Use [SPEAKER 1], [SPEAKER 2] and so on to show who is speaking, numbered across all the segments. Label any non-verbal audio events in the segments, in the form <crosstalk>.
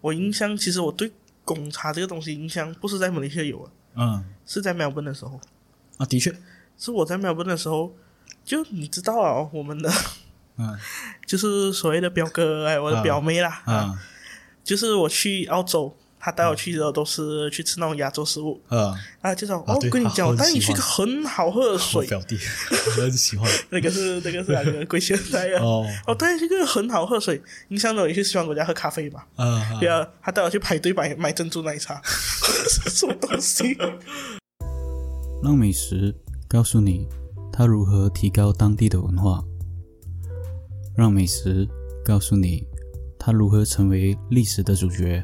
[SPEAKER 1] 我印象其实我对贡茶这个东西印象不是在马来西亚有啊，
[SPEAKER 2] 嗯
[SPEAKER 1] 是在melbourne 的时候，
[SPEAKER 2] 啊，的确，
[SPEAKER 1] 是我在 melbourne 的时候，就你知道啊、我们的 <laughs>
[SPEAKER 2] 嗯
[SPEAKER 1] 就是所谓的表哥哎，我的
[SPEAKER 2] 啊
[SPEAKER 1] 表妹啦，
[SPEAKER 2] 嗯
[SPEAKER 1] 就是我去澳洲，他带我去的都是去吃那种亚洲食物
[SPEAKER 2] 嗯，
[SPEAKER 1] 啊，介绍
[SPEAKER 2] 啊
[SPEAKER 1] 哦
[SPEAKER 2] 对，
[SPEAKER 1] 跟你
[SPEAKER 2] 他
[SPEAKER 1] 讲，我
[SPEAKER 2] 很
[SPEAKER 1] 带你
[SPEAKER 2] 喜
[SPEAKER 1] 去一个
[SPEAKER 2] 欢
[SPEAKER 1] 很好喝的
[SPEAKER 2] 我
[SPEAKER 1] 水，
[SPEAKER 2] 表弟我很喜欢
[SPEAKER 1] 那个是那个是那个龟仙来的。
[SPEAKER 2] <laughs> 哦，
[SPEAKER 1] 哦，带你去一个很好喝的水，你想着你去西方国家喝咖啡嘛？
[SPEAKER 2] 嗯
[SPEAKER 1] 对啊，他带我去排队买买珍珠奶茶， <laughs> 是什么东
[SPEAKER 2] <laughs>
[SPEAKER 1] 西？
[SPEAKER 2] 让美食告诉你它如何提高当地的文化，让美食告诉你它如何成为历史的主角。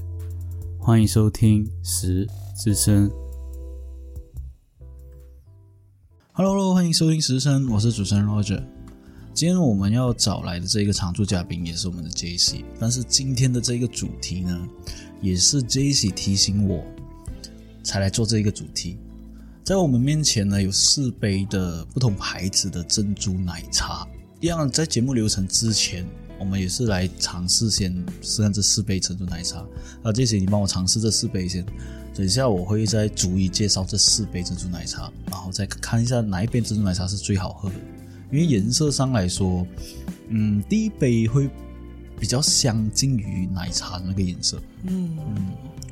[SPEAKER 2] 欢迎收听《食之声》。Hello，hello，欢迎收听《食之声》，我是主持人 Roger。今天我们要找来的这个常驻嘉宾也是我们的 JC，但是今天的这个主题呢，也是 JC 提醒我才来做这个主题。在我们面前呢有四杯的不同牌子的珍珠奶茶。一样，在节目流程之前，我们也是来尝试先试看这四杯珍珠奶茶。啊，这些你帮我尝试这四杯先。等一下我会再逐一介绍这四杯珍珠奶茶，然后再看一下哪一杯珍珠奶茶是最好喝的。因为颜色上来说，嗯，第一杯会比较相近于奶茶的那个颜色，
[SPEAKER 1] 嗯，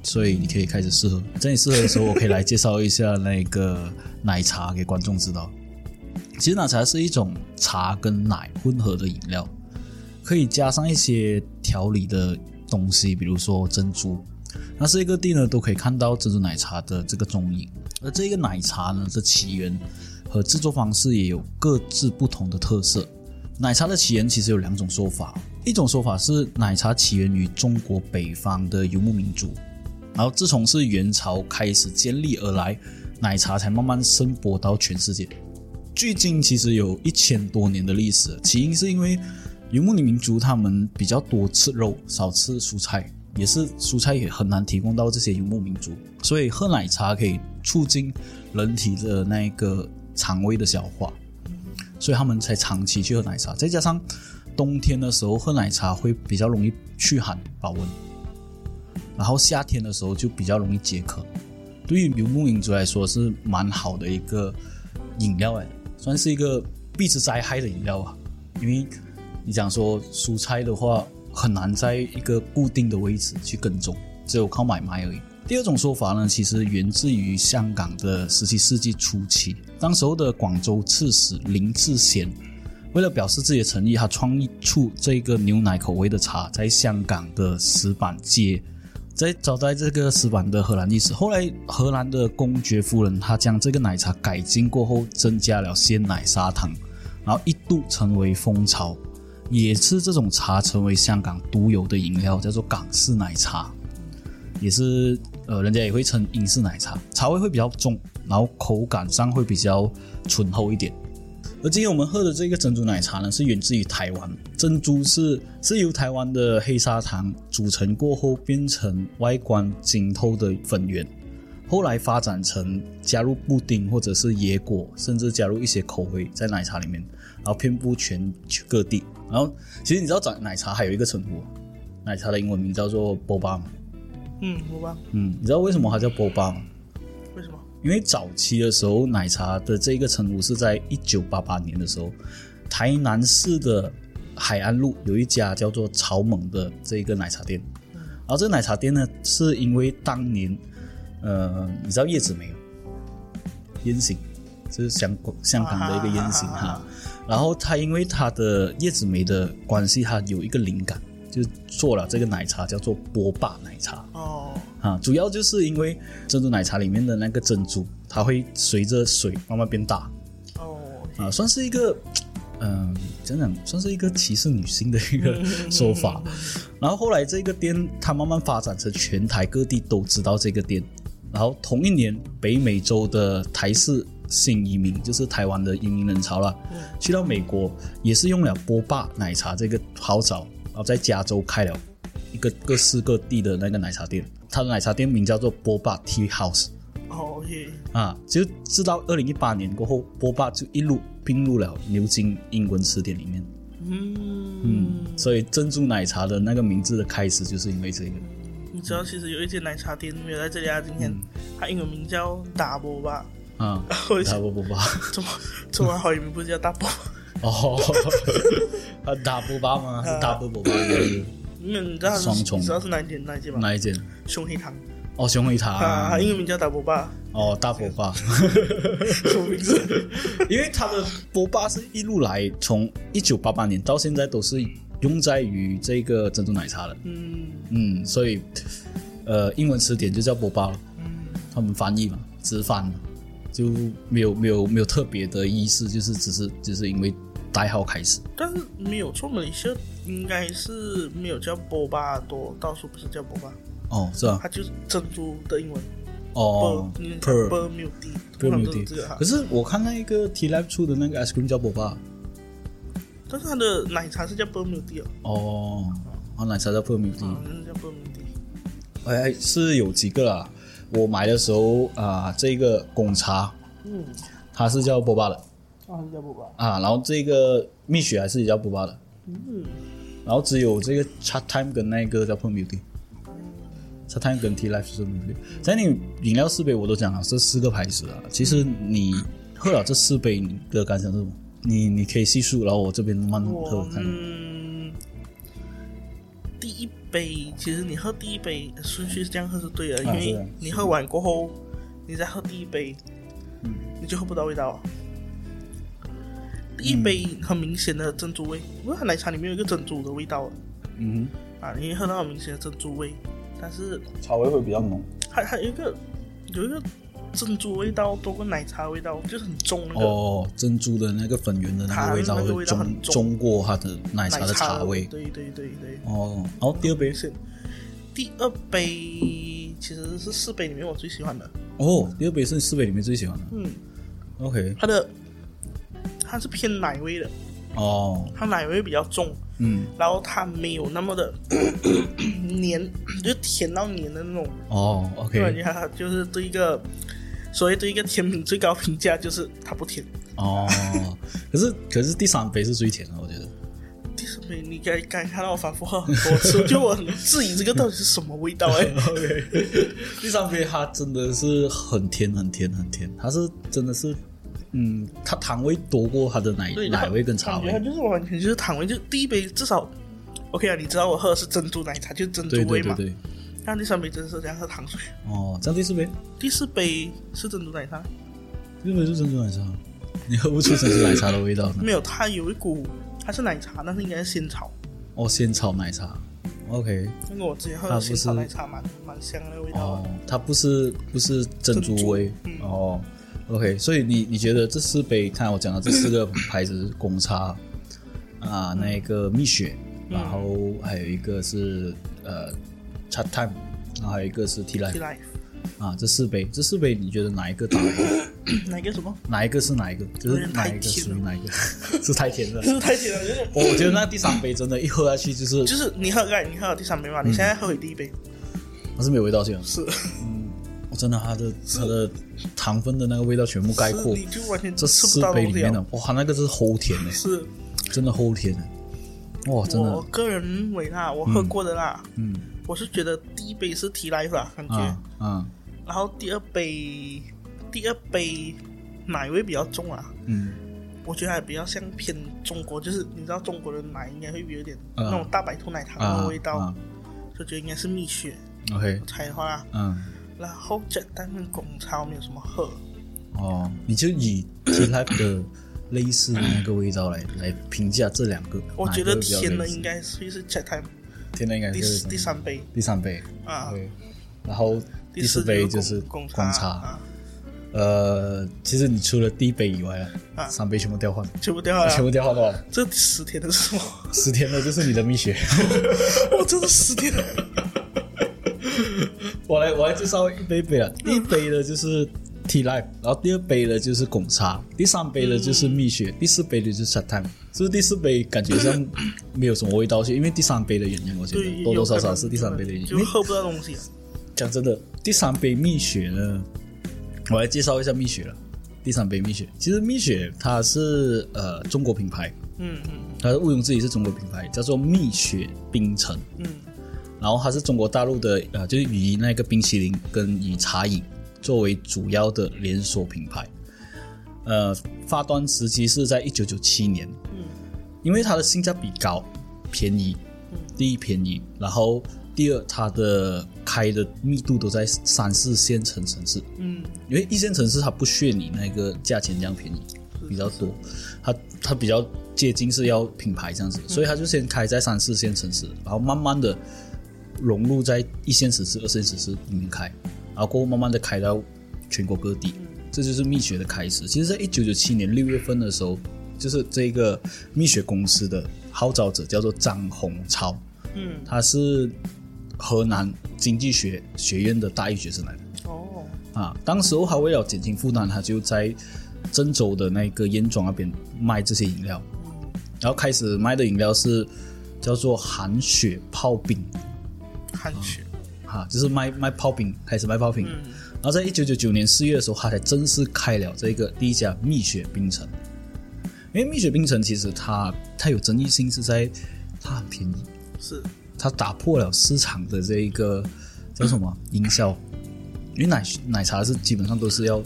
[SPEAKER 2] 所以你可以开始试喝。在你试喝的时候，我可以来介绍一下那个奶茶给观众知道。其实奶茶是一种茶跟奶混合的饮料，可以加上一些调理的东西，比如说珍珠。那世界各地呢都可以看到珍珠奶茶的这个踪影。而这个奶茶呢的起源和制作方式也有各自不同的特色。奶茶的起源其实有两种说法，一种说法是奶茶起源于中国北方的游牧民族，然后自从是元朝开始建立而来，奶茶才慢慢伸播到全世界。距今其实有一千多年的历史，起因是因为游牧民族他们比较多吃肉，少吃蔬菜，也是蔬菜也很难提供到这些游牧民族，所以喝奶茶可以促进人体的那个肠胃的消化，所以他们才长期去喝奶茶。再加上冬天的时候喝奶茶会比较容易驱寒保温，然后夏天的时候就比较容易解渴。对于游牧民族来说是蛮好的一个饮料来的，算是一个避之灾害的饮料啊。因为你讲说蔬菜的话，很难在一个固定的位置去耕种，只有靠买卖而已。第二种说法呢，其实源自于香港的十七世纪初期，当时候的广州刺史林志贤，为了表示自己的诚意，他创意出这个牛奶口味的茶，在香港的石板街在早在这个石板的荷兰历史，后来荷兰的公爵夫人她将这个奶茶改进过后，增加了鲜奶砂糖，然后一度成为风潮，也是这种茶成为香港独有的饮料，叫做港式奶茶，也是呃人家也会称英式奶茶，茶味会比较重，然后口感上会比较醇厚一点。而今天我们喝的这个珍珠奶茶呢，是源自于台湾。珍珠是是由台湾的黑砂糖组成过后变成外观晶透的粉圆，后来发展成加入布丁或者是椰果，甚至加入一些口味在奶茶里面，然后遍布全球各地。然后其实你知道，奶茶还有一个称呼，奶茶的英文名叫做 boba 吗？
[SPEAKER 1] 嗯，好吧，
[SPEAKER 2] 嗯，你知道为什么它叫 boba 吗？
[SPEAKER 1] 为什么？
[SPEAKER 2] 因为早期的时候，奶茶的这个称呼是在一九八八年的时候，台南市的海岸路有一家叫做草蜢的这个奶茶店，然后这个奶茶店呢，是因为当年，呃，你知道叶子没有？呃烟刑，就是香香港的一个烟刑
[SPEAKER 1] 啊
[SPEAKER 2] 哈。然后他因为他的叶子梅的关系，他有一个灵感，就做了这个奶茶叫做波霸奶茶。
[SPEAKER 1] 哦，
[SPEAKER 2] 啊，主要就是因为珍珠奶茶里面的那个珍珠，它会随着水慢慢变大
[SPEAKER 1] 哦，
[SPEAKER 2] 啊，算是一个，嗯、讲讲算是一个歧视女性的一个说法。然后后来这个店它慢慢发展成全台各地都知道这个店。然后同一年，北美洲的台式新移民，就是台湾的移民人潮啦，去到美国也是用了波霸奶茶这个号召，然后在加州开了一个各市各地的那个奶茶店，它的奶茶店名叫做波霸 Tea House。
[SPEAKER 1] 哦耶，
[SPEAKER 2] 啊，就直到二零一八年过后，波霸就一路并入了牛津英文词典里面。
[SPEAKER 1] 嗯
[SPEAKER 2] 嗯，所以珍珠奶茶的那个名字的开始就是因为这个。
[SPEAKER 1] 你知道，其实有一间奶茶店没有在这家今天，它英文名叫达波吧？
[SPEAKER 2] 啊，
[SPEAKER 1] 我
[SPEAKER 2] 大波波吧，
[SPEAKER 1] 中中文好像名不是叫大波，
[SPEAKER 2] 哦， <laughs> 啊，大波吧吗？是大波波吧？
[SPEAKER 1] 因为嗯你知道它是
[SPEAKER 2] 双重
[SPEAKER 1] 你知道是哪一间哪一间吗？
[SPEAKER 2] 哪一间？
[SPEAKER 1] 熊黑糖
[SPEAKER 2] 哦，熊维
[SPEAKER 1] 啊，
[SPEAKER 2] 塔
[SPEAKER 1] 它，英文名叫达波吧，
[SPEAKER 2] 哦，大波吧。
[SPEAKER 1] 什么名字？
[SPEAKER 2] <laughs> 因为他的波霸是一路来从一九八八年到现在都是用在于这个珍珠奶茶的，
[SPEAKER 1] 嗯
[SPEAKER 2] 嗯，所以呃，英文词典就叫波霸了，
[SPEAKER 1] 嗯
[SPEAKER 2] 他们啊翻译嘛，直翻嘛，就没有没有没有特别的意思，就是只是就是因为代号开始，
[SPEAKER 1] 但是没有错，马来西亚应该是没有叫波巴多，倒数不是叫波巴，
[SPEAKER 2] 哦，是吧？
[SPEAKER 1] 它就是珍珠的英文。
[SPEAKER 2] 哦
[SPEAKER 1] Pearl- 嗯
[SPEAKER 2] ，per
[SPEAKER 1] Pearl Milk Tea，通
[SPEAKER 2] per
[SPEAKER 1] 常
[SPEAKER 2] m
[SPEAKER 1] 都是
[SPEAKER 2] i
[SPEAKER 1] 这个啊哈
[SPEAKER 2] 可。是我看那个 T Lab 出的那个 ice cream 叫波啊霸，
[SPEAKER 1] 但是它的奶茶是叫 Pearl Milk Tea 哦，
[SPEAKER 2] 哦，啊，奶茶叫 per m i
[SPEAKER 1] 好像是叫 Pearl Milk Tea。
[SPEAKER 2] 哎，是有几个啦。我买的时候啊、这个贡茶
[SPEAKER 1] 嗯，
[SPEAKER 2] 它是叫波霸的
[SPEAKER 1] 好像叫波巴。
[SPEAKER 2] 啊，然后这个蜜雪还是也叫波霸的，
[SPEAKER 1] 嗯，
[SPEAKER 2] 然后只有这个 Chat Time 跟那个叫 p e r m u t y Chat Time 跟 Tea Life 是 p e r m u t y 在你饮料四杯我都讲了这四个牌子啊，其实你喝了这四杯，你的感想是什么？你你可以细数，然后我这边慢慢喝
[SPEAKER 1] 我
[SPEAKER 2] 看。
[SPEAKER 1] 嗯，第一杯其实你喝第一杯顺序是这样喝是对的，因
[SPEAKER 2] 啊是的
[SPEAKER 1] 为你喝完过后，你再喝第一杯，你就喝不到味道了。第一杯很明显的珍珠味，因为它奶茶里面有一个珍珠的味道
[SPEAKER 2] 嗯
[SPEAKER 1] 啊，你喝到很明显的珍珠味，但是
[SPEAKER 2] 哼，草味会比较浓。
[SPEAKER 1] 还还有一个有一个珍珠味道多过奶茶味道，就是很重那个。
[SPEAKER 2] 哦，珍珠的那个粉圆的那个味道
[SPEAKER 1] 它那个
[SPEAKER 2] 会
[SPEAKER 1] 味道
[SPEAKER 2] 中
[SPEAKER 1] 很重
[SPEAKER 2] 中过它的奶茶的茶味。
[SPEAKER 1] 对对对对，
[SPEAKER 2] 哦，然后第二杯
[SPEAKER 1] 是第二杯，其实是四杯里面我最喜欢的。
[SPEAKER 2] 哦，第二杯是四杯里面最喜欢的。
[SPEAKER 1] 嗯，
[SPEAKER 2] OK，
[SPEAKER 1] 它的它是偏奶味的，
[SPEAKER 2] 哦，
[SPEAKER 1] 它奶味比较重，
[SPEAKER 2] 嗯，
[SPEAKER 1] 然后它没有那么
[SPEAKER 2] <coughs>
[SPEAKER 1] 的黏，就甜到黏的那种。
[SPEAKER 2] 哦
[SPEAKER 1] 就感
[SPEAKER 2] ，OK，
[SPEAKER 1] 觉它就是对一个所谓对一个甜品最高评价就是它不甜。
[SPEAKER 2] 哦，可是可是第三杯是最甜的，我觉得。
[SPEAKER 1] 第四杯你该刚才看到我反复喝很多次，就我很质疑这个到底是什么味道哎、
[SPEAKER 2] <laughs> OK，第三杯它真的是很甜，很甜，很甜，它是真的是，嗯，它糖味多过它的奶
[SPEAKER 1] 对，
[SPEAKER 2] 奶味跟茶
[SPEAKER 1] 感
[SPEAKER 2] 味
[SPEAKER 1] 觉它。就是完全就是糖味，就第一杯至少 OK 啊，你知道我喝的是珍珠奶茶，就是珍珠
[SPEAKER 2] 对对
[SPEAKER 1] 味
[SPEAKER 2] 对
[SPEAKER 1] 嘛。
[SPEAKER 2] 对，
[SPEAKER 1] 但第三杯真的是这样喝糖水，
[SPEAKER 2] 哦，这样第四杯，
[SPEAKER 1] 第四杯是珍珠奶茶，
[SPEAKER 2] 嗯第四杯是珍珠奶茶，你喝不出珍珠奶茶的味道呢。
[SPEAKER 1] 没有它有一股它是奶茶，但是应该是仙草，
[SPEAKER 2] 哦，仙草奶茶，OK，
[SPEAKER 1] 因为我之前喝
[SPEAKER 2] 它
[SPEAKER 1] 的
[SPEAKER 2] 不
[SPEAKER 1] 仙
[SPEAKER 2] 是
[SPEAKER 1] 草奶茶蛮蛮香的味道
[SPEAKER 2] 哦
[SPEAKER 1] 的。，
[SPEAKER 2] 它不是不是珍珠味
[SPEAKER 1] 珍珠嗯
[SPEAKER 2] 哦。OK，所以你你觉得这四杯，看我讲的这四个牌子，贡茶啊，
[SPEAKER 1] 嗯
[SPEAKER 2] 那个蜜雪，然后还有一个是呃 Chat Time，然后还有一个是 Tea
[SPEAKER 1] 起
[SPEAKER 2] Life
[SPEAKER 1] 来，
[SPEAKER 2] 啊，这四杯，这四杯你觉得哪一个
[SPEAKER 1] <coughs>
[SPEAKER 2] 打赢？
[SPEAKER 1] 哪个什么？ <laughs>
[SPEAKER 2] 哪一个是哪一个？就是
[SPEAKER 1] 有点
[SPEAKER 2] 哪
[SPEAKER 1] 太
[SPEAKER 2] 一个属
[SPEAKER 1] 甜了
[SPEAKER 2] 于哪一个？是太甜了。
[SPEAKER 1] 真是太甜了，就是
[SPEAKER 2] 我我觉得那第三杯真的，一喝下去就是
[SPEAKER 1] 就是你喝刚才你喝了第三杯嘛，你现在喝回第一杯
[SPEAKER 2] 它是没有味道性的。
[SPEAKER 1] 是，
[SPEAKER 2] 嗯我真的，它的它的糖分的那个味道全部概括
[SPEAKER 1] 是。你就完全
[SPEAKER 2] 这
[SPEAKER 1] 吃
[SPEAKER 2] 四
[SPEAKER 1] 不到
[SPEAKER 2] 杯
[SPEAKER 1] 东
[SPEAKER 2] 里
[SPEAKER 1] 西哦
[SPEAKER 2] 面的
[SPEAKER 1] 了。，
[SPEAKER 2] 哇，那个是齁甜的，
[SPEAKER 1] 是
[SPEAKER 2] 真的齁甜的，哇，真
[SPEAKER 1] 我
[SPEAKER 2] 的，
[SPEAKER 1] 个人认为啦，我喝过的啦，
[SPEAKER 2] 嗯
[SPEAKER 1] 我是觉得第一杯是提来吧，感觉，
[SPEAKER 2] 啊啊
[SPEAKER 1] 然后第二杯，第二杯奶味比较重啊，
[SPEAKER 2] 嗯，
[SPEAKER 1] 我觉得还比较像偏中国，就是你知道中国的奶应该会有点
[SPEAKER 2] 啊
[SPEAKER 1] 那种大白兔奶糖
[SPEAKER 2] 啊
[SPEAKER 1] 的味道，
[SPEAKER 2] 啊
[SPEAKER 1] 就觉得应该是蜜雪，
[SPEAKER 2] ，OK，
[SPEAKER 1] 我猜的话啦。
[SPEAKER 2] 嗯
[SPEAKER 1] 然后简单跟贡茶我没有什么喝，
[SPEAKER 2] 哦，你就以 T Life 的类似的那个味道来来评价这两个，
[SPEAKER 1] 我觉得
[SPEAKER 2] 哪一个比较类似
[SPEAKER 1] 甜的应该是会是 chat time
[SPEAKER 2] 甜的应该
[SPEAKER 1] 第
[SPEAKER 2] 是
[SPEAKER 1] 四第三杯
[SPEAKER 2] 第三杯，
[SPEAKER 1] 啊，
[SPEAKER 2] 对，然后第四杯就是
[SPEAKER 1] 贡
[SPEAKER 2] 红
[SPEAKER 1] 茶
[SPEAKER 2] 茶，
[SPEAKER 1] 啊，
[SPEAKER 2] 呃，其实你除了第一杯以外啊，
[SPEAKER 1] 啊
[SPEAKER 2] 三杯全部调换，
[SPEAKER 1] 全部掉下来
[SPEAKER 2] 全
[SPEAKER 1] 了。
[SPEAKER 2] 部调换多少？
[SPEAKER 1] 这十天的是什么？
[SPEAKER 2] 十天的就是你的蜜雪。
[SPEAKER 1] <laughs> 我真的十天了。
[SPEAKER 2] <laughs> 我来，我来介绍一杯杯啊，第一杯的就是 Tea Life，然后第二杯的就是贡茶，第三杯的就是蜜雪，
[SPEAKER 1] 嗯
[SPEAKER 2] 第四杯的就是 Chat Time。是不是第四杯感觉像没有什么味道性？因为第三杯的原因，我觉
[SPEAKER 1] 对，
[SPEAKER 2] 得多多少
[SPEAKER 1] 有可
[SPEAKER 2] 少
[SPEAKER 1] 能
[SPEAKER 2] 是第三杯的原因。因
[SPEAKER 1] 就
[SPEAKER 2] 为
[SPEAKER 1] 喝不到东西了。啊
[SPEAKER 2] 讲真的，第三杯蜜雪呢，我来介绍一下蜜雪了。第三杯蜜雪，其实蜜雪它是呃中国品牌，
[SPEAKER 1] 嗯嗯
[SPEAKER 2] 它毋庸置疑是中国品牌，叫做蜜雪冰城。
[SPEAKER 1] 嗯
[SPEAKER 2] 然后它是中国大陆的呃，就是以那个冰淇淋跟以茶饮作为主要的连锁品牌。呃，发端时期是在一九九七年，
[SPEAKER 1] 嗯
[SPEAKER 2] 因为它的性价比高，便宜，第一便宜，然后第二它的开的密度都在三四线城城市，
[SPEAKER 1] 嗯，
[SPEAKER 2] 因为一线城市它不屑你那个价钱这样便宜比较多，它它比较接近是要品牌这样子，所以它就先开在三四线城市，然后慢慢的融入在一线城市、二线城市里面开，然后过后慢慢的开到全国各地，这就是蜜雪的开始。其实，在一九九七年六月份的时候，就是这个蜜雪公司的号召者叫做张宏超，
[SPEAKER 1] 嗯
[SPEAKER 2] 他是河南经济学学院的大一学生来的。
[SPEAKER 1] 哦，
[SPEAKER 2] 啊，当时候他为了减轻负担，他就在郑州的那个烟庄那边卖这些饮料，
[SPEAKER 1] 嗯
[SPEAKER 2] 然后开始卖的饮料是叫做含雪泡冰，
[SPEAKER 1] 汗血，
[SPEAKER 2] 哈、就是卖卖泡冰，开始卖泡冰。
[SPEAKER 1] 嗯
[SPEAKER 2] 然后在一九九九年四月的时候，他才正式开了这个第一家蜜雪冰城。因为蜜雪冰城其实它它有争议性是在它很便宜，
[SPEAKER 1] 是
[SPEAKER 2] 它打破了市场的这一个叫什么啊营销，因为奶奶茶是基本上都是要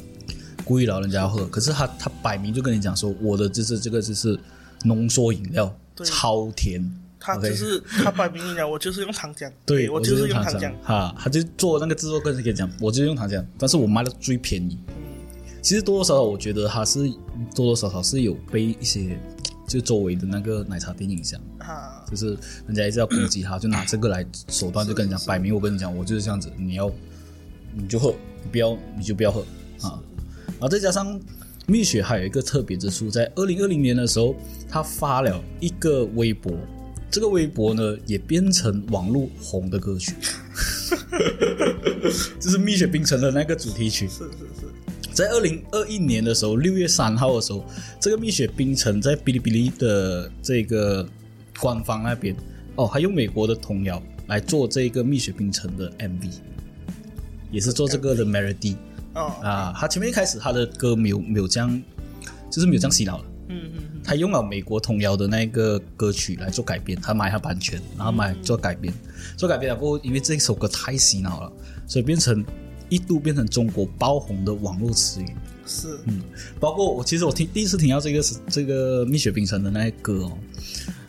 [SPEAKER 2] 故意老人家喝，可是他他摆明就跟你讲说，我的就是这个就是浓缩饮料，
[SPEAKER 1] 对
[SPEAKER 2] 超甜，
[SPEAKER 1] 他
[SPEAKER 2] OK
[SPEAKER 1] 只是他摆明了讲，我就是用糖浆，
[SPEAKER 2] 对
[SPEAKER 1] 我
[SPEAKER 2] 就是
[SPEAKER 1] 用
[SPEAKER 2] 糖
[SPEAKER 1] 糖浆，
[SPEAKER 2] 哈，他就做那个制作过程跟你讲，我就是用糖浆，但是我卖的最便宜。
[SPEAKER 1] 嗯
[SPEAKER 2] 其实多多少少我觉得他是多多少少是有被一些就周围的那个奶茶店影响。
[SPEAKER 1] 啊，
[SPEAKER 2] 就是人家一直要攻击他，就拿这个来手段，就跟人家摆明我跟你讲，我就是这样子，你要你就喝，你不要你就不要喝啊。然后再加上蜜雪还有一个特别之处，在二零二零年的时候，他发了一个微博，这个微博呢也变成网络红的歌曲， <laughs> 就是蜜雪冰城的那个主题曲。
[SPEAKER 1] 是是是，
[SPEAKER 2] 在二零二一年的时候，六月三号的时候，这个蜜雪冰城在哔哩哔哩的这个官方那边，哦，还用美国的童谣来做这个蜜雪冰城的 MV，也是做这个的 melody
[SPEAKER 1] 哦，
[SPEAKER 2] 啊。他前面一开始他的歌没有没有这样，就是没有这样洗脑了。
[SPEAKER 1] 嗯嗯嗯，
[SPEAKER 2] 他用了美国童谣的那个歌曲来做改编，他买他版权，然后买做改编，做改编了过后，因为这首歌太洗脑了，所以变成一度变成中国爆红的网络词语。
[SPEAKER 1] 是
[SPEAKER 2] 嗯包括我，其实我听第一次听到这个是这个蜜雪冰城的那些歌哦，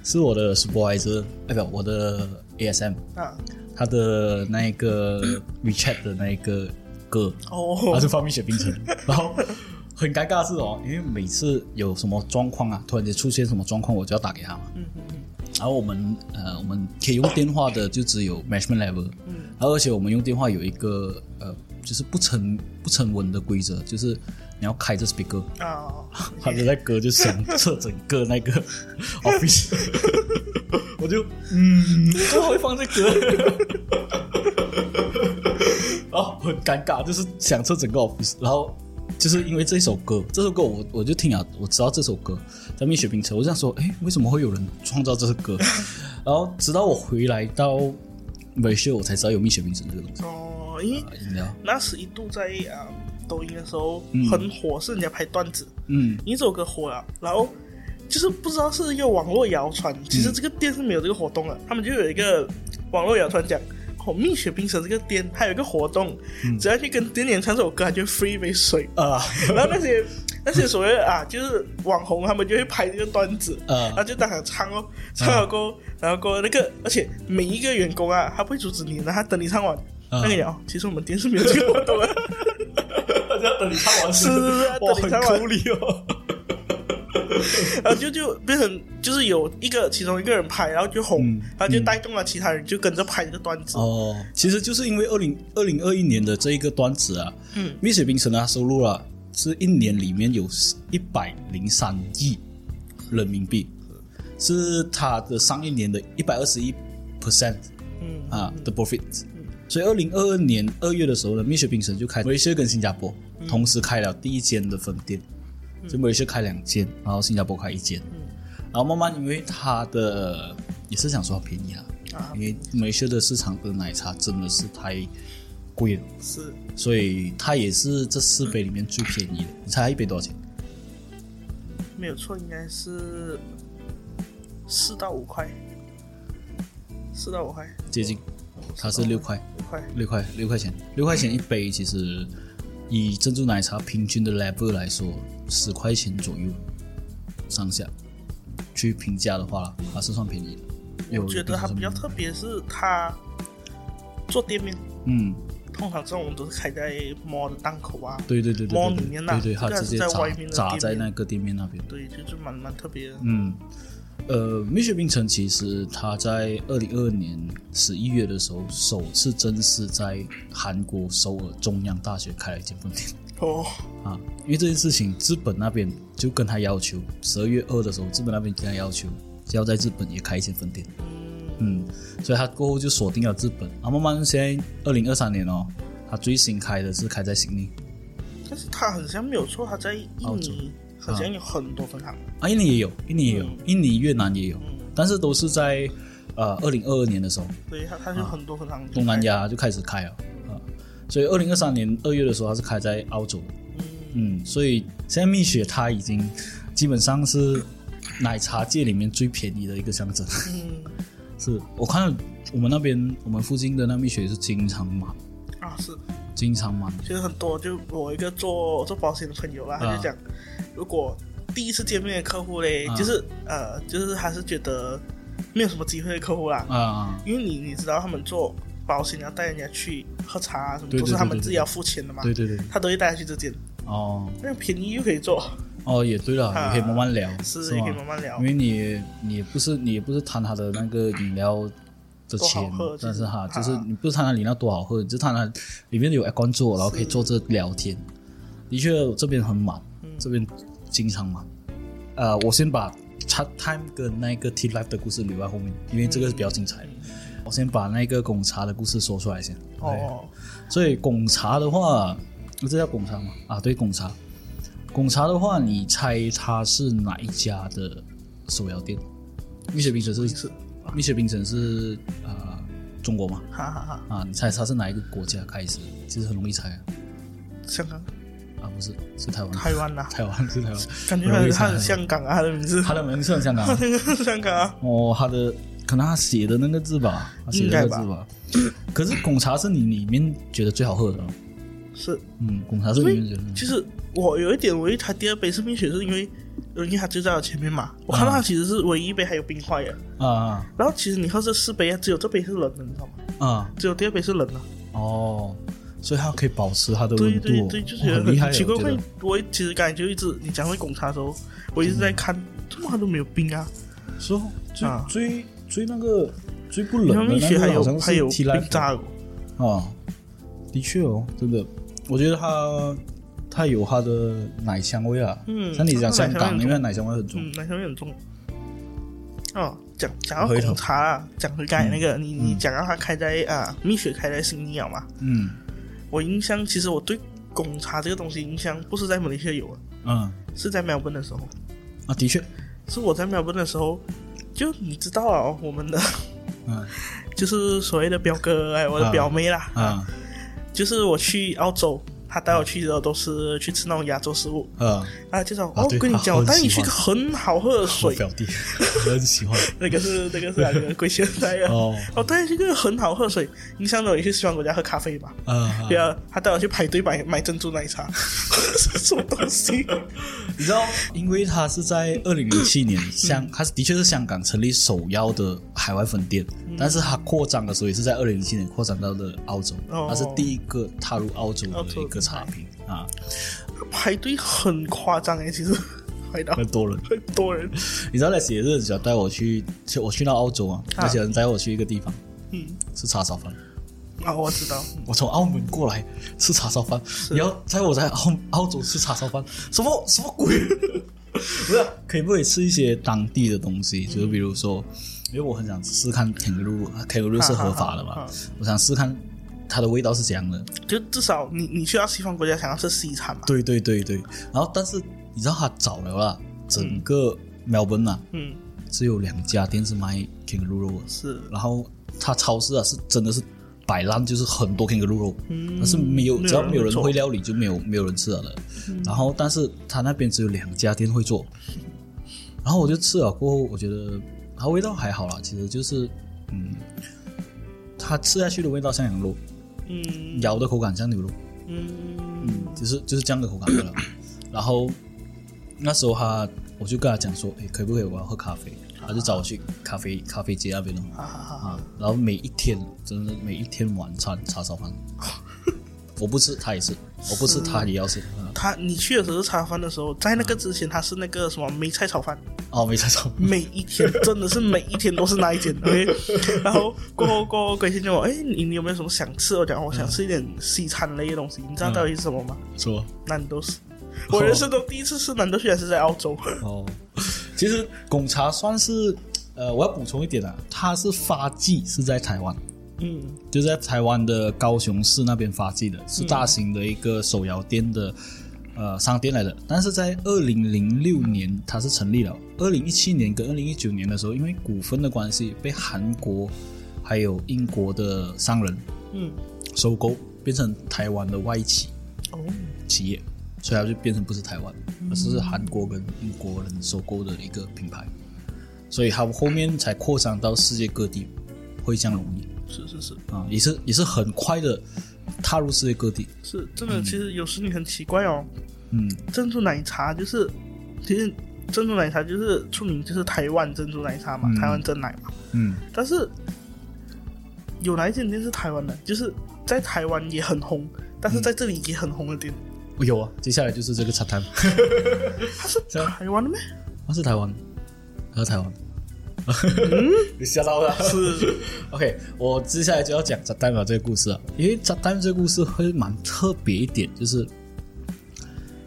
[SPEAKER 2] 是我的 supervisor，代表我的 ASM，
[SPEAKER 1] 啊，
[SPEAKER 2] 他的那一个 WeChat 的那一个歌，他
[SPEAKER 1] 哦，
[SPEAKER 2] 就放蜜雪冰城， <laughs> 然后很尴尬的是哦，因为每次有什么状况啊，突然间出现什么状况，我就要打给他嘛。
[SPEAKER 1] 嗯嗯嗯
[SPEAKER 2] 然后我们呃，我们可以用电话的就只有 management level，
[SPEAKER 1] 嗯
[SPEAKER 2] 然后而且我们用电话有一个呃，就是不成不成文的规则，就是你要开着 speaker。
[SPEAKER 1] 啊，
[SPEAKER 2] 他的那歌就响彻整个那个 <laughs> office，我就嗯，怎么会放这 <laughs> 歌？然后很尴尬，就是响彻整个 office，然后就是因为这首歌，这首歌我我就听啊，我知道这首歌在蜜雪冰城，我就想说，哎，为什么会有人创造这首 <laughs> 歌？然后直到我回来到维修，我才知道有蜜雪冰城这个东西
[SPEAKER 1] 哦，因为
[SPEAKER 2] 啊饮料，
[SPEAKER 1] 那时一度在啊抖音的时候
[SPEAKER 2] 嗯
[SPEAKER 1] 很火，是人家拍段子，
[SPEAKER 2] 嗯，
[SPEAKER 1] 你这首歌火了，然后就是不知道是一个网络谣传，其实这个店是没有这个活动的，他们就有一个网络谣传讲。哦，蜜雪冰城这个店还有一个活动，只要去跟店员唱这首歌，他就 free 一杯水。
[SPEAKER 2] 啊
[SPEAKER 1] 然后那些那些所谓的啊，就是网红，他们就会拍这个段子，然后
[SPEAKER 2] 啊
[SPEAKER 1] 就当场唱哦，唱了过后，然后过后那个，而且每一个员工啊，他不会阻止你的，他等你唱完，
[SPEAKER 2] 啊
[SPEAKER 1] 那个人哦，其实我们店是没有这个活动的，
[SPEAKER 2] 要等你唱完
[SPEAKER 1] 是是是要
[SPEAKER 2] 哇，
[SPEAKER 1] 等你
[SPEAKER 2] 很
[SPEAKER 1] 唱完
[SPEAKER 2] 口里哦。
[SPEAKER 1] 然后就就变成就是有一个其中一个人拍，然后就红，
[SPEAKER 2] 嗯
[SPEAKER 1] 然后就带动了其他人就跟着拍这个段子，
[SPEAKER 2] 哦，其实就是因为二零二零二一年的这一个端子啊，
[SPEAKER 1] 嗯，
[SPEAKER 2] 蜜雪冰城呢，它收入啊是一年里面有一百零三亿人民币，是它的上一年的一百二十一 percent
[SPEAKER 1] 嗯
[SPEAKER 2] 啊的 profit。所以二零二二年二月的时候呢，蜜雪冰城就开马来西亚跟新加坡同时开了第一间的分店，就马来西亚开两间，然后新加坡开一间，
[SPEAKER 1] 嗯
[SPEAKER 2] 然后慢慢因为它的也是想说它便宜啊，
[SPEAKER 1] 啊
[SPEAKER 2] 因为梅西的市场的奶茶真的是太贵了，
[SPEAKER 1] 是
[SPEAKER 2] 所以它也是这四杯里面最便宜的。你猜它一杯多少钱？
[SPEAKER 1] 没有错，应该是四到五块，四到五块，
[SPEAKER 2] 接近它是六块，
[SPEAKER 1] 六块，
[SPEAKER 2] 六块六块钱，六块钱一杯，其实以珍珠奶茶平均的 level 来说，十块钱左右上下去评价的话，还是算便宜的。
[SPEAKER 1] 我觉得它比较特
[SPEAKER 2] 别，
[SPEAKER 1] 别是它做店面，
[SPEAKER 2] 嗯，
[SPEAKER 1] 通常这种都是开在 mall 的档口啊，
[SPEAKER 2] 对对对对
[SPEAKER 1] 猫
[SPEAKER 2] 对
[SPEAKER 1] 里面呐这
[SPEAKER 2] 对对，
[SPEAKER 1] 个
[SPEAKER 2] 它
[SPEAKER 1] 还
[SPEAKER 2] 直
[SPEAKER 1] 是
[SPEAKER 2] 接
[SPEAKER 1] 在
[SPEAKER 2] 砸
[SPEAKER 1] 外面的
[SPEAKER 2] 砸
[SPEAKER 1] 店
[SPEAKER 2] 在
[SPEAKER 1] 面
[SPEAKER 2] 那个店面那边。
[SPEAKER 1] 对，就是蛮蛮特别的。
[SPEAKER 2] 嗯，呃，蜜雪冰城其实它在二零二二年十一月的时候，首次正式在韩国首尔中央大学开了一间分店
[SPEAKER 1] 哦，
[SPEAKER 2] 啊。因为这件事情，日本那边就跟他要求，十二月二的时候，日本那边跟他要求要在日本也开一间分店。嗯，所以他过后就锁定了日本。啊，慢慢现在二零二三年哦，他最新开的是开在悉尼，
[SPEAKER 1] 但是它好像没有错，它在印
[SPEAKER 2] 澳洲
[SPEAKER 1] 尼好像有很多分行。
[SPEAKER 2] 啊，印尼也有，印尼也有
[SPEAKER 1] 嗯，
[SPEAKER 2] 印尼、越南也有，
[SPEAKER 1] 嗯
[SPEAKER 2] 但是都是在呃二零二二年的时候，
[SPEAKER 1] 对，它它有很多分行。
[SPEAKER 2] 啊东南，亚就开始开了啊。所以二零二三年二月的时候，它是开在澳洲，
[SPEAKER 1] 嗯，
[SPEAKER 2] 嗯，所以现在蜜雪它已经基本上是奶茶界里面最便宜的一个象征。
[SPEAKER 1] 嗯
[SPEAKER 2] 是我看到我们那边我们附近的那蜜雪是经常满，
[SPEAKER 1] 啊是，
[SPEAKER 2] 经常满。
[SPEAKER 1] 其实很多，就我一个做做保险的朋友啦，他
[SPEAKER 2] 啊
[SPEAKER 1] 就讲，如果第一次见面的客户嘞，
[SPEAKER 2] 啊
[SPEAKER 1] 就是呃，就是他是觉得没有什么机会的客户啦，
[SPEAKER 2] 啊，
[SPEAKER 1] 因为你你知道他们做保险要带人家去喝茶啊什么，
[SPEAKER 2] 对对
[SPEAKER 1] 都是他们
[SPEAKER 2] 对对
[SPEAKER 1] 自己要付钱的嘛，
[SPEAKER 2] 对对对，
[SPEAKER 1] 他都会带他去这间，
[SPEAKER 2] 哦
[SPEAKER 1] 那样便宜又可以做，
[SPEAKER 2] 哦，也对了，
[SPEAKER 1] 啊
[SPEAKER 2] 也可以慢慢聊，
[SPEAKER 1] 是
[SPEAKER 2] 吗
[SPEAKER 1] 也可以慢慢聊
[SPEAKER 2] 因，为你你不是你也不是贪他的那个饮料的
[SPEAKER 1] 多好
[SPEAKER 2] 钱
[SPEAKER 1] 喝，
[SPEAKER 2] 但是哈，
[SPEAKER 1] 其
[SPEAKER 2] 就
[SPEAKER 1] 实啊
[SPEAKER 2] 是你不是贪他饮料多好喝，你就贪他里面有 aircon 坐，然后可以坐着聊天。的确，这边很满，
[SPEAKER 1] 嗯
[SPEAKER 2] 这边经常满。呃，我先把 chat time 跟那个 tea life 的故事留在后面，因为这个是比较精彩的。我先把那个拱茶的故事说出来先。
[SPEAKER 1] 嗯哦，
[SPEAKER 2] 所以拱茶的话，这叫拱茶吗？啊，对，拱茶。拱茶的话，你猜它是哪一家的手摇店？蜜雪冰城是蜜雪冰城是啊、呃中国嘛？
[SPEAKER 1] 哈哈哈，
[SPEAKER 2] 啊，你猜它是哪一个国家开始？其实很容易猜啊，
[SPEAKER 1] 香港、
[SPEAKER 2] 啊不是，是台湾，
[SPEAKER 1] 台湾
[SPEAKER 2] <laughs>
[SPEAKER 1] 呐，
[SPEAKER 2] 台湾是台湾，
[SPEAKER 1] 感觉
[SPEAKER 2] 很容易
[SPEAKER 1] 他
[SPEAKER 2] 猜
[SPEAKER 1] 很香港啊，他的名
[SPEAKER 2] <laughs>
[SPEAKER 1] 字，
[SPEAKER 2] 它的名字很香港啊。
[SPEAKER 1] 香港啊，
[SPEAKER 2] 哦，他的可能他写的那个字吧，他写的那个字吧。可是拱茶是你里面觉得最好喝的哦，
[SPEAKER 1] 是。
[SPEAKER 2] 嗯，拱茶是
[SPEAKER 1] 因
[SPEAKER 2] 里
[SPEAKER 1] 为
[SPEAKER 2] 面觉得
[SPEAKER 1] 其实我有一点，我一他第二杯是冰雪，是因为呃因为它就在我前面嘛，我看到它其实是唯一一杯还有冰块的。
[SPEAKER 2] 啊
[SPEAKER 1] 然后其实你喝这四杯，只有这杯是冷的，你知道吗？
[SPEAKER 2] 啊啊
[SPEAKER 1] 只有第二杯是冷的。
[SPEAKER 2] 哦，所以它可以保持它的
[SPEAKER 1] 对
[SPEAKER 2] 温
[SPEAKER 1] 对
[SPEAKER 2] 度，
[SPEAKER 1] 对，就
[SPEAKER 2] 哇
[SPEAKER 1] 觉得
[SPEAKER 2] 很厉害
[SPEAKER 1] 很
[SPEAKER 2] 哦。
[SPEAKER 1] 奇怪。
[SPEAKER 2] 我觉
[SPEAKER 1] 会
[SPEAKER 2] 得
[SPEAKER 1] 我其实感觉就一直你讲会拱茶的时候，我一直在看，怎么它都没有冰啊？
[SPEAKER 2] 说最
[SPEAKER 1] 啊
[SPEAKER 2] 最最那个最不
[SPEAKER 1] 然后
[SPEAKER 2] 冷的
[SPEAKER 1] 蜜雪还
[SPEAKER 2] 那个
[SPEAKER 1] 有
[SPEAKER 2] 好像
[SPEAKER 1] 还
[SPEAKER 2] 是
[SPEAKER 1] 有
[SPEAKER 2] T
[SPEAKER 1] 冰
[SPEAKER 2] Life
[SPEAKER 1] 渣哦，
[SPEAKER 2] 啊，的确哦，真的，我觉得它它有它的奶香味啊。
[SPEAKER 1] 嗯
[SPEAKER 2] 像你讲
[SPEAKER 1] 它的
[SPEAKER 2] 香
[SPEAKER 1] 奶香味
[SPEAKER 2] 港
[SPEAKER 1] 很
[SPEAKER 2] 那边奶香味很重，
[SPEAKER 1] 嗯，奶香味很重。哦，讲讲到
[SPEAKER 2] 回头
[SPEAKER 1] 拱茶啊，讲回刚才那个，你你讲到它开在啊蜜雪开在新尼亚嘛？
[SPEAKER 2] 嗯
[SPEAKER 1] 我印象其实我对贡茶这个东西印象不是在马来西亚有啊，
[SPEAKER 2] 嗯
[SPEAKER 1] 是在melbourne 的时候，
[SPEAKER 2] 啊，的确，
[SPEAKER 1] 是我在 melbourne 的时候，就你知道啊、我们的 <laughs>
[SPEAKER 2] 嗯
[SPEAKER 1] 就是所谓的表哥哎，我的
[SPEAKER 2] 啊
[SPEAKER 1] 表妹啦，
[SPEAKER 2] 啊
[SPEAKER 1] 就是我去澳洲。她带我去的都是去吃那种亚洲食物，
[SPEAKER 2] 啊。
[SPEAKER 1] 啊，介绍
[SPEAKER 2] 啊
[SPEAKER 1] 哦，
[SPEAKER 2] 对
[SPEAKER 1] 跟你
[SPEAKER 2] 她
[SPEAKER 1] 讲，我
[SPEAKER 2] 很
[SPEAKER 1] 带你
[SPEAKER 2] 喜
[SPEAKER 1] 去一个很好喝的
[SPEAKER 2] 我
[SPEAKER 1] 水，
[SPEAKER 2] 表弟，我很喜欢。
[SPEAKER 1] 那个是那个是那
[SPEAKER 2] <laughs>
[SPEAKER 1] 个龟仙来的，
[SPEAKER 2] 哦，
[SPEAKER 1] 我带你啊去一个很好喝的水，你想着你去西方国家喝咖啡吧，
[SPEAKER 2] 啊
[SPEAKER 1] 对，啊，她带我去排队买买珍珠奶茶， <laughs> 是什么东西？
[SPEAKER 2] 你知道，因为他是在二零零七年香，他的确是香港成立首要的海外分店，但是他扩张的时候也是在二零零七年扩张到了澳洲，
[SPEAKER 1] 哦
[SPEAKER 2] 他是第一个踏入澳洲
[SPEAKER 1] 澳
[SPEAKER 2] 的
[SPEAKER 1] 洲
[SPEAKER 2] 一个茶品啊，
[SPEAKER 1] 排队很夸张哎，其实 <laughs> 排到
[SPEAKER 2] 很多人。
[SPEAKER 1] 很多人，
[SPEAKER 2] 你知道那时也是想带我去，去我去到澳洲啊，
[SPEAKER 1] 啊
[SPEAKER 2] 那些人带我去一个地方
[SPEAKER 1] 嗯，
[SPEAKER 2] 吃叉烧饭。
[SPEAKER 1] 啊，我知道，
[SPEAKER 2] 我从澳门过来吃叉烧饭，你要在我在澳澳洲吃叉烧饭，什么什么鬼？ <laughs> 不是啊、可以不可以吃一些当地的东
[SPEAKER 1] 嗯
[SPEAKER 2] 西？就是比如说，因为我很想试看 kangaroo，kangaroo 是合法的
[SPEAKER 1] 哈哈
[SPEAKER 2] 嘛
[SPEAKER 1] 哈，啊
[SPEAKER 2] 我想试看它的味道是怎样的。
[SPEAKER 1] 就至少你你去到西方国家想要吃西餐嘛，
[SPEAKER 2] 对对对对，然后但是你知道它早了啦，整个 Melbourne 啊，
[SPEAKER 1] 嗯，
[SPEAKER 2] 只有两家店是卖 kangaroo 肉的，
[SPEAKER 1] 是，
[SPEAKER 2] 然后它超市啊是真的是摆烂，就是很多 kangaroo 肉，
[SPEAKER 1] 嗯
[SPEAKER 2] 但是没有
[SPEAKER 1] 没有
[SPEAKER 2] 只要
[SPEAKER 1] 人
[SPEAKER 2] 没有人
[SPEAKER 1] 做
[SPEAKER 2] 会料理就没有没有人吃了的。然后但是它那边只有两家店会做，然后我就吃了过后，我觉得它味道还好啦，其实就是嗯，它吃下去的味道像羊肉，
[SPEAKER 1] 嗯
[SPEAKER 2] 咬的口感像牛肉，
[SPEAKER 1] 嗯
[SPEAKER 2] 就是就是这样的口感的了。然后那时候他，我就跟他讲说，哎，可不可以我要喝咖啡？他就找我去咖啡咖啡街那边了
[SPEAKER 1] 啊哈哈，
[SPEAKER 2] 啊。然后每一天，真的每一天晚餐叉烧饭， <laughs> 我不吃他也吃，我不吃他也要吃。啊
[SPEAKER 1] 他你去的时候是茶饭的时候，在那个之前他是那个什么梅菜炒饭，
[SPEAKER 2] 哦，没叉烧饭，
[SPEAKER 1] 每一天真的是每一天都是那一间，OK。然
[SPEAKER 2] <laughs>
[SPEAKER 1] 后过后过后，鬼先问我，哎，你你有没有什么想吃？我讲我想吃一点西餐类的东西，你知
[SPEAKER 2] 嗯
[SPEAKER 1] 道到底是什么吗？
[SPEAKER 2] 是吧？
[SPEAKER 1] 南豆豉。我人生中第一次吃南豆，居然是在澳洲。
[SPEAKER 2] 哦，其实贡茶算是，呃，我要补充一点啊，它是发迹是在台湾，
[SPEAKER 1] <laughs> 嗯
[SPEAKER 2] 就在台湾的高雄市那边发迹的，是大型的一个手摇店的、呃商店来的。但是在二零零六年它是成立了，二零一七年跟二零一九年的时候，因为股份的关系被韩国还有英国的商人
[SPEAKER 1] 嗯，
[SPEAKER 2] 收购，变成台湾的外企
[SPEAKER 1] 哦，
[SPEAKER 2] 企业，所以它就变成不是台湾，而是韩国跟英国人收购的一个品牌，所以它后面才扩张到世界各地，会这样容易。
[SPEAKER 1] 是是是
[SPEAKER 2] 啊，也是也是很快的踏入世界各地。
[SPEAKER 1] 是，真的，其实有时你很奇怪哦，
[SPEAKER 2] 嗯，
[SPEAKER 1] 珍珠奶茶就是，其实珍珠奶茶就是出名就是台湾珍珠奶茶嘛，
[SPEAKER 2] 嗯
[SPEAKER 1] 台湾真奶嘛，
[SPEAKER 2] 嗯，
[SPEAKER 1] 但是有哪一间店是台湾的？就是在台湾也很红，但是在这里也很红的店，
[SPEAKER 2] 有啊，接下来就是这个茶摊，
[SPEAKER 1] 它是
[SPEAKER 2] 是啊
[SPEAKER 1] 台湾的咩？
[SPEAKER 2] 它是台湾，它是台湾。 <laughs> 你吓到了。
[SPEAKER 1] 是
[SPEAKER 2] <laughs> OK，我接下来就要讲炸弹吧这个故事啊，因为炸弹这个故事会蛮特别一点，就是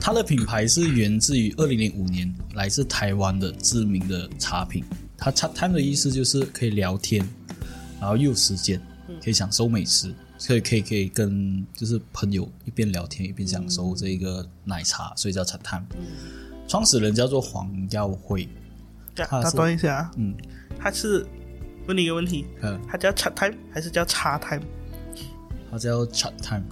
[SPEAKER 2] 它的品牌是源自于二零零五年来自台湾的知名的茶品。它茶摊的意思就是可以聊天，然后又有时间，可以享受美食，所以可以可以跟就是朋友一边聊天一边享受这个奶茶，所以叫茶摊。
[SPEAKER 1] 嗯
[SPEAKER 2] 创始人叫做黄耀辉，
[SPEAKER 1] 打
[SPEAKER 2] 它是
[SPEAKER 1] 打断一下啊，
[SPEAKER 2] 嗯，
[SPEAKER 1] 它是问你一个问题，
[SPEAKER 2] 呃，
[SPEAKER 1] 它叫茶 time 还是叫茶 time？
[SPEAKER 2] 他叫 chat time，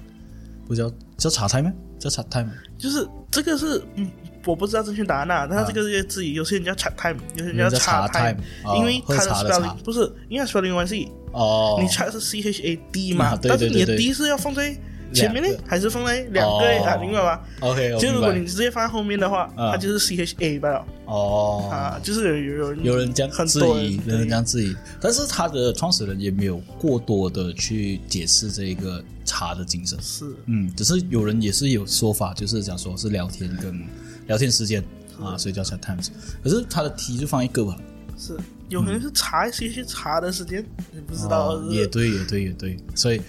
[SPEAKER 2] 不叫叫茶 time 吗？叫 chat time 吗。
[SPEAKER 1] 就是这个是，嗯，我不知道正确答案啊，但是这个是自己，有些人叫 chat time，有些人叫
[SPEAKER 2] 嗯茶
[SPEAKER 1] time，
[SPEAKER 2] 哦
[SPEAKER 1] 因为它
[SPEAKER 2] 喝茶的
[SPEAKER 1] spelling
[SPEAKER 2] 茶
[SPEAKER 1] 不是，因为它 spelling 关系，
[SPEAKER 2] 哦，
[SPEAKER 1] 你 chat 是 c h a
[SPEAKER 2] <laughs>
[SPEAKER 1] d 嘛
[SPEAKER 2] 啊，对
[SPEAKER 1] 但是你
[SPEAKER 2] 对对
[SPEAKER 1] 的
[SPEAKER 2] 对
[SPEAKER 1] d 是要放在前面呢
[SPEAKER 2] 两，
[SPEAKER 1] 还是放在两个
[SPEAKER 2] 哦
[SPEAKER 1] 啊？明白吗？
[SPEAKER 2] OK，我
[SPEAKER 1] 就如
[SPEAKER 2] 明
[SPEAKER 1] 果你
[SPEAKER 2] 白。
[SPEAKER 1] 直接放在后面的话，
[SPEAKER 2] 啊
[SPEAKER 1] 它就是 c h a 罢了
[SPEAKER 2] 哦，
[SPEAKER 1] 啊，就是有有人
[SPEAKER 2] 有人这样
[SPEAKER 1] 很
[SPEAKER 2] 质
[SPEAKER 1] 多
[SPEAKER 2] 疑，有人
[SPEAKER 1] 对
[SPEAKER 2] 这样质疑，但是他的创始人也没有过多的去解释这个茶的精神。
[SPEAKER 1] 是
[SPEAKER 2] 嗯，只是有人也是有说法，就是讲说是聊天跟聊天时间啊，所以叫 chat times。可是他的题就放一个吧，
[SPEAKER 1] 是，有可能是查 c h 查的时间，你不知道
[SPEAKER 2] 哦也对，也对，也对。所以，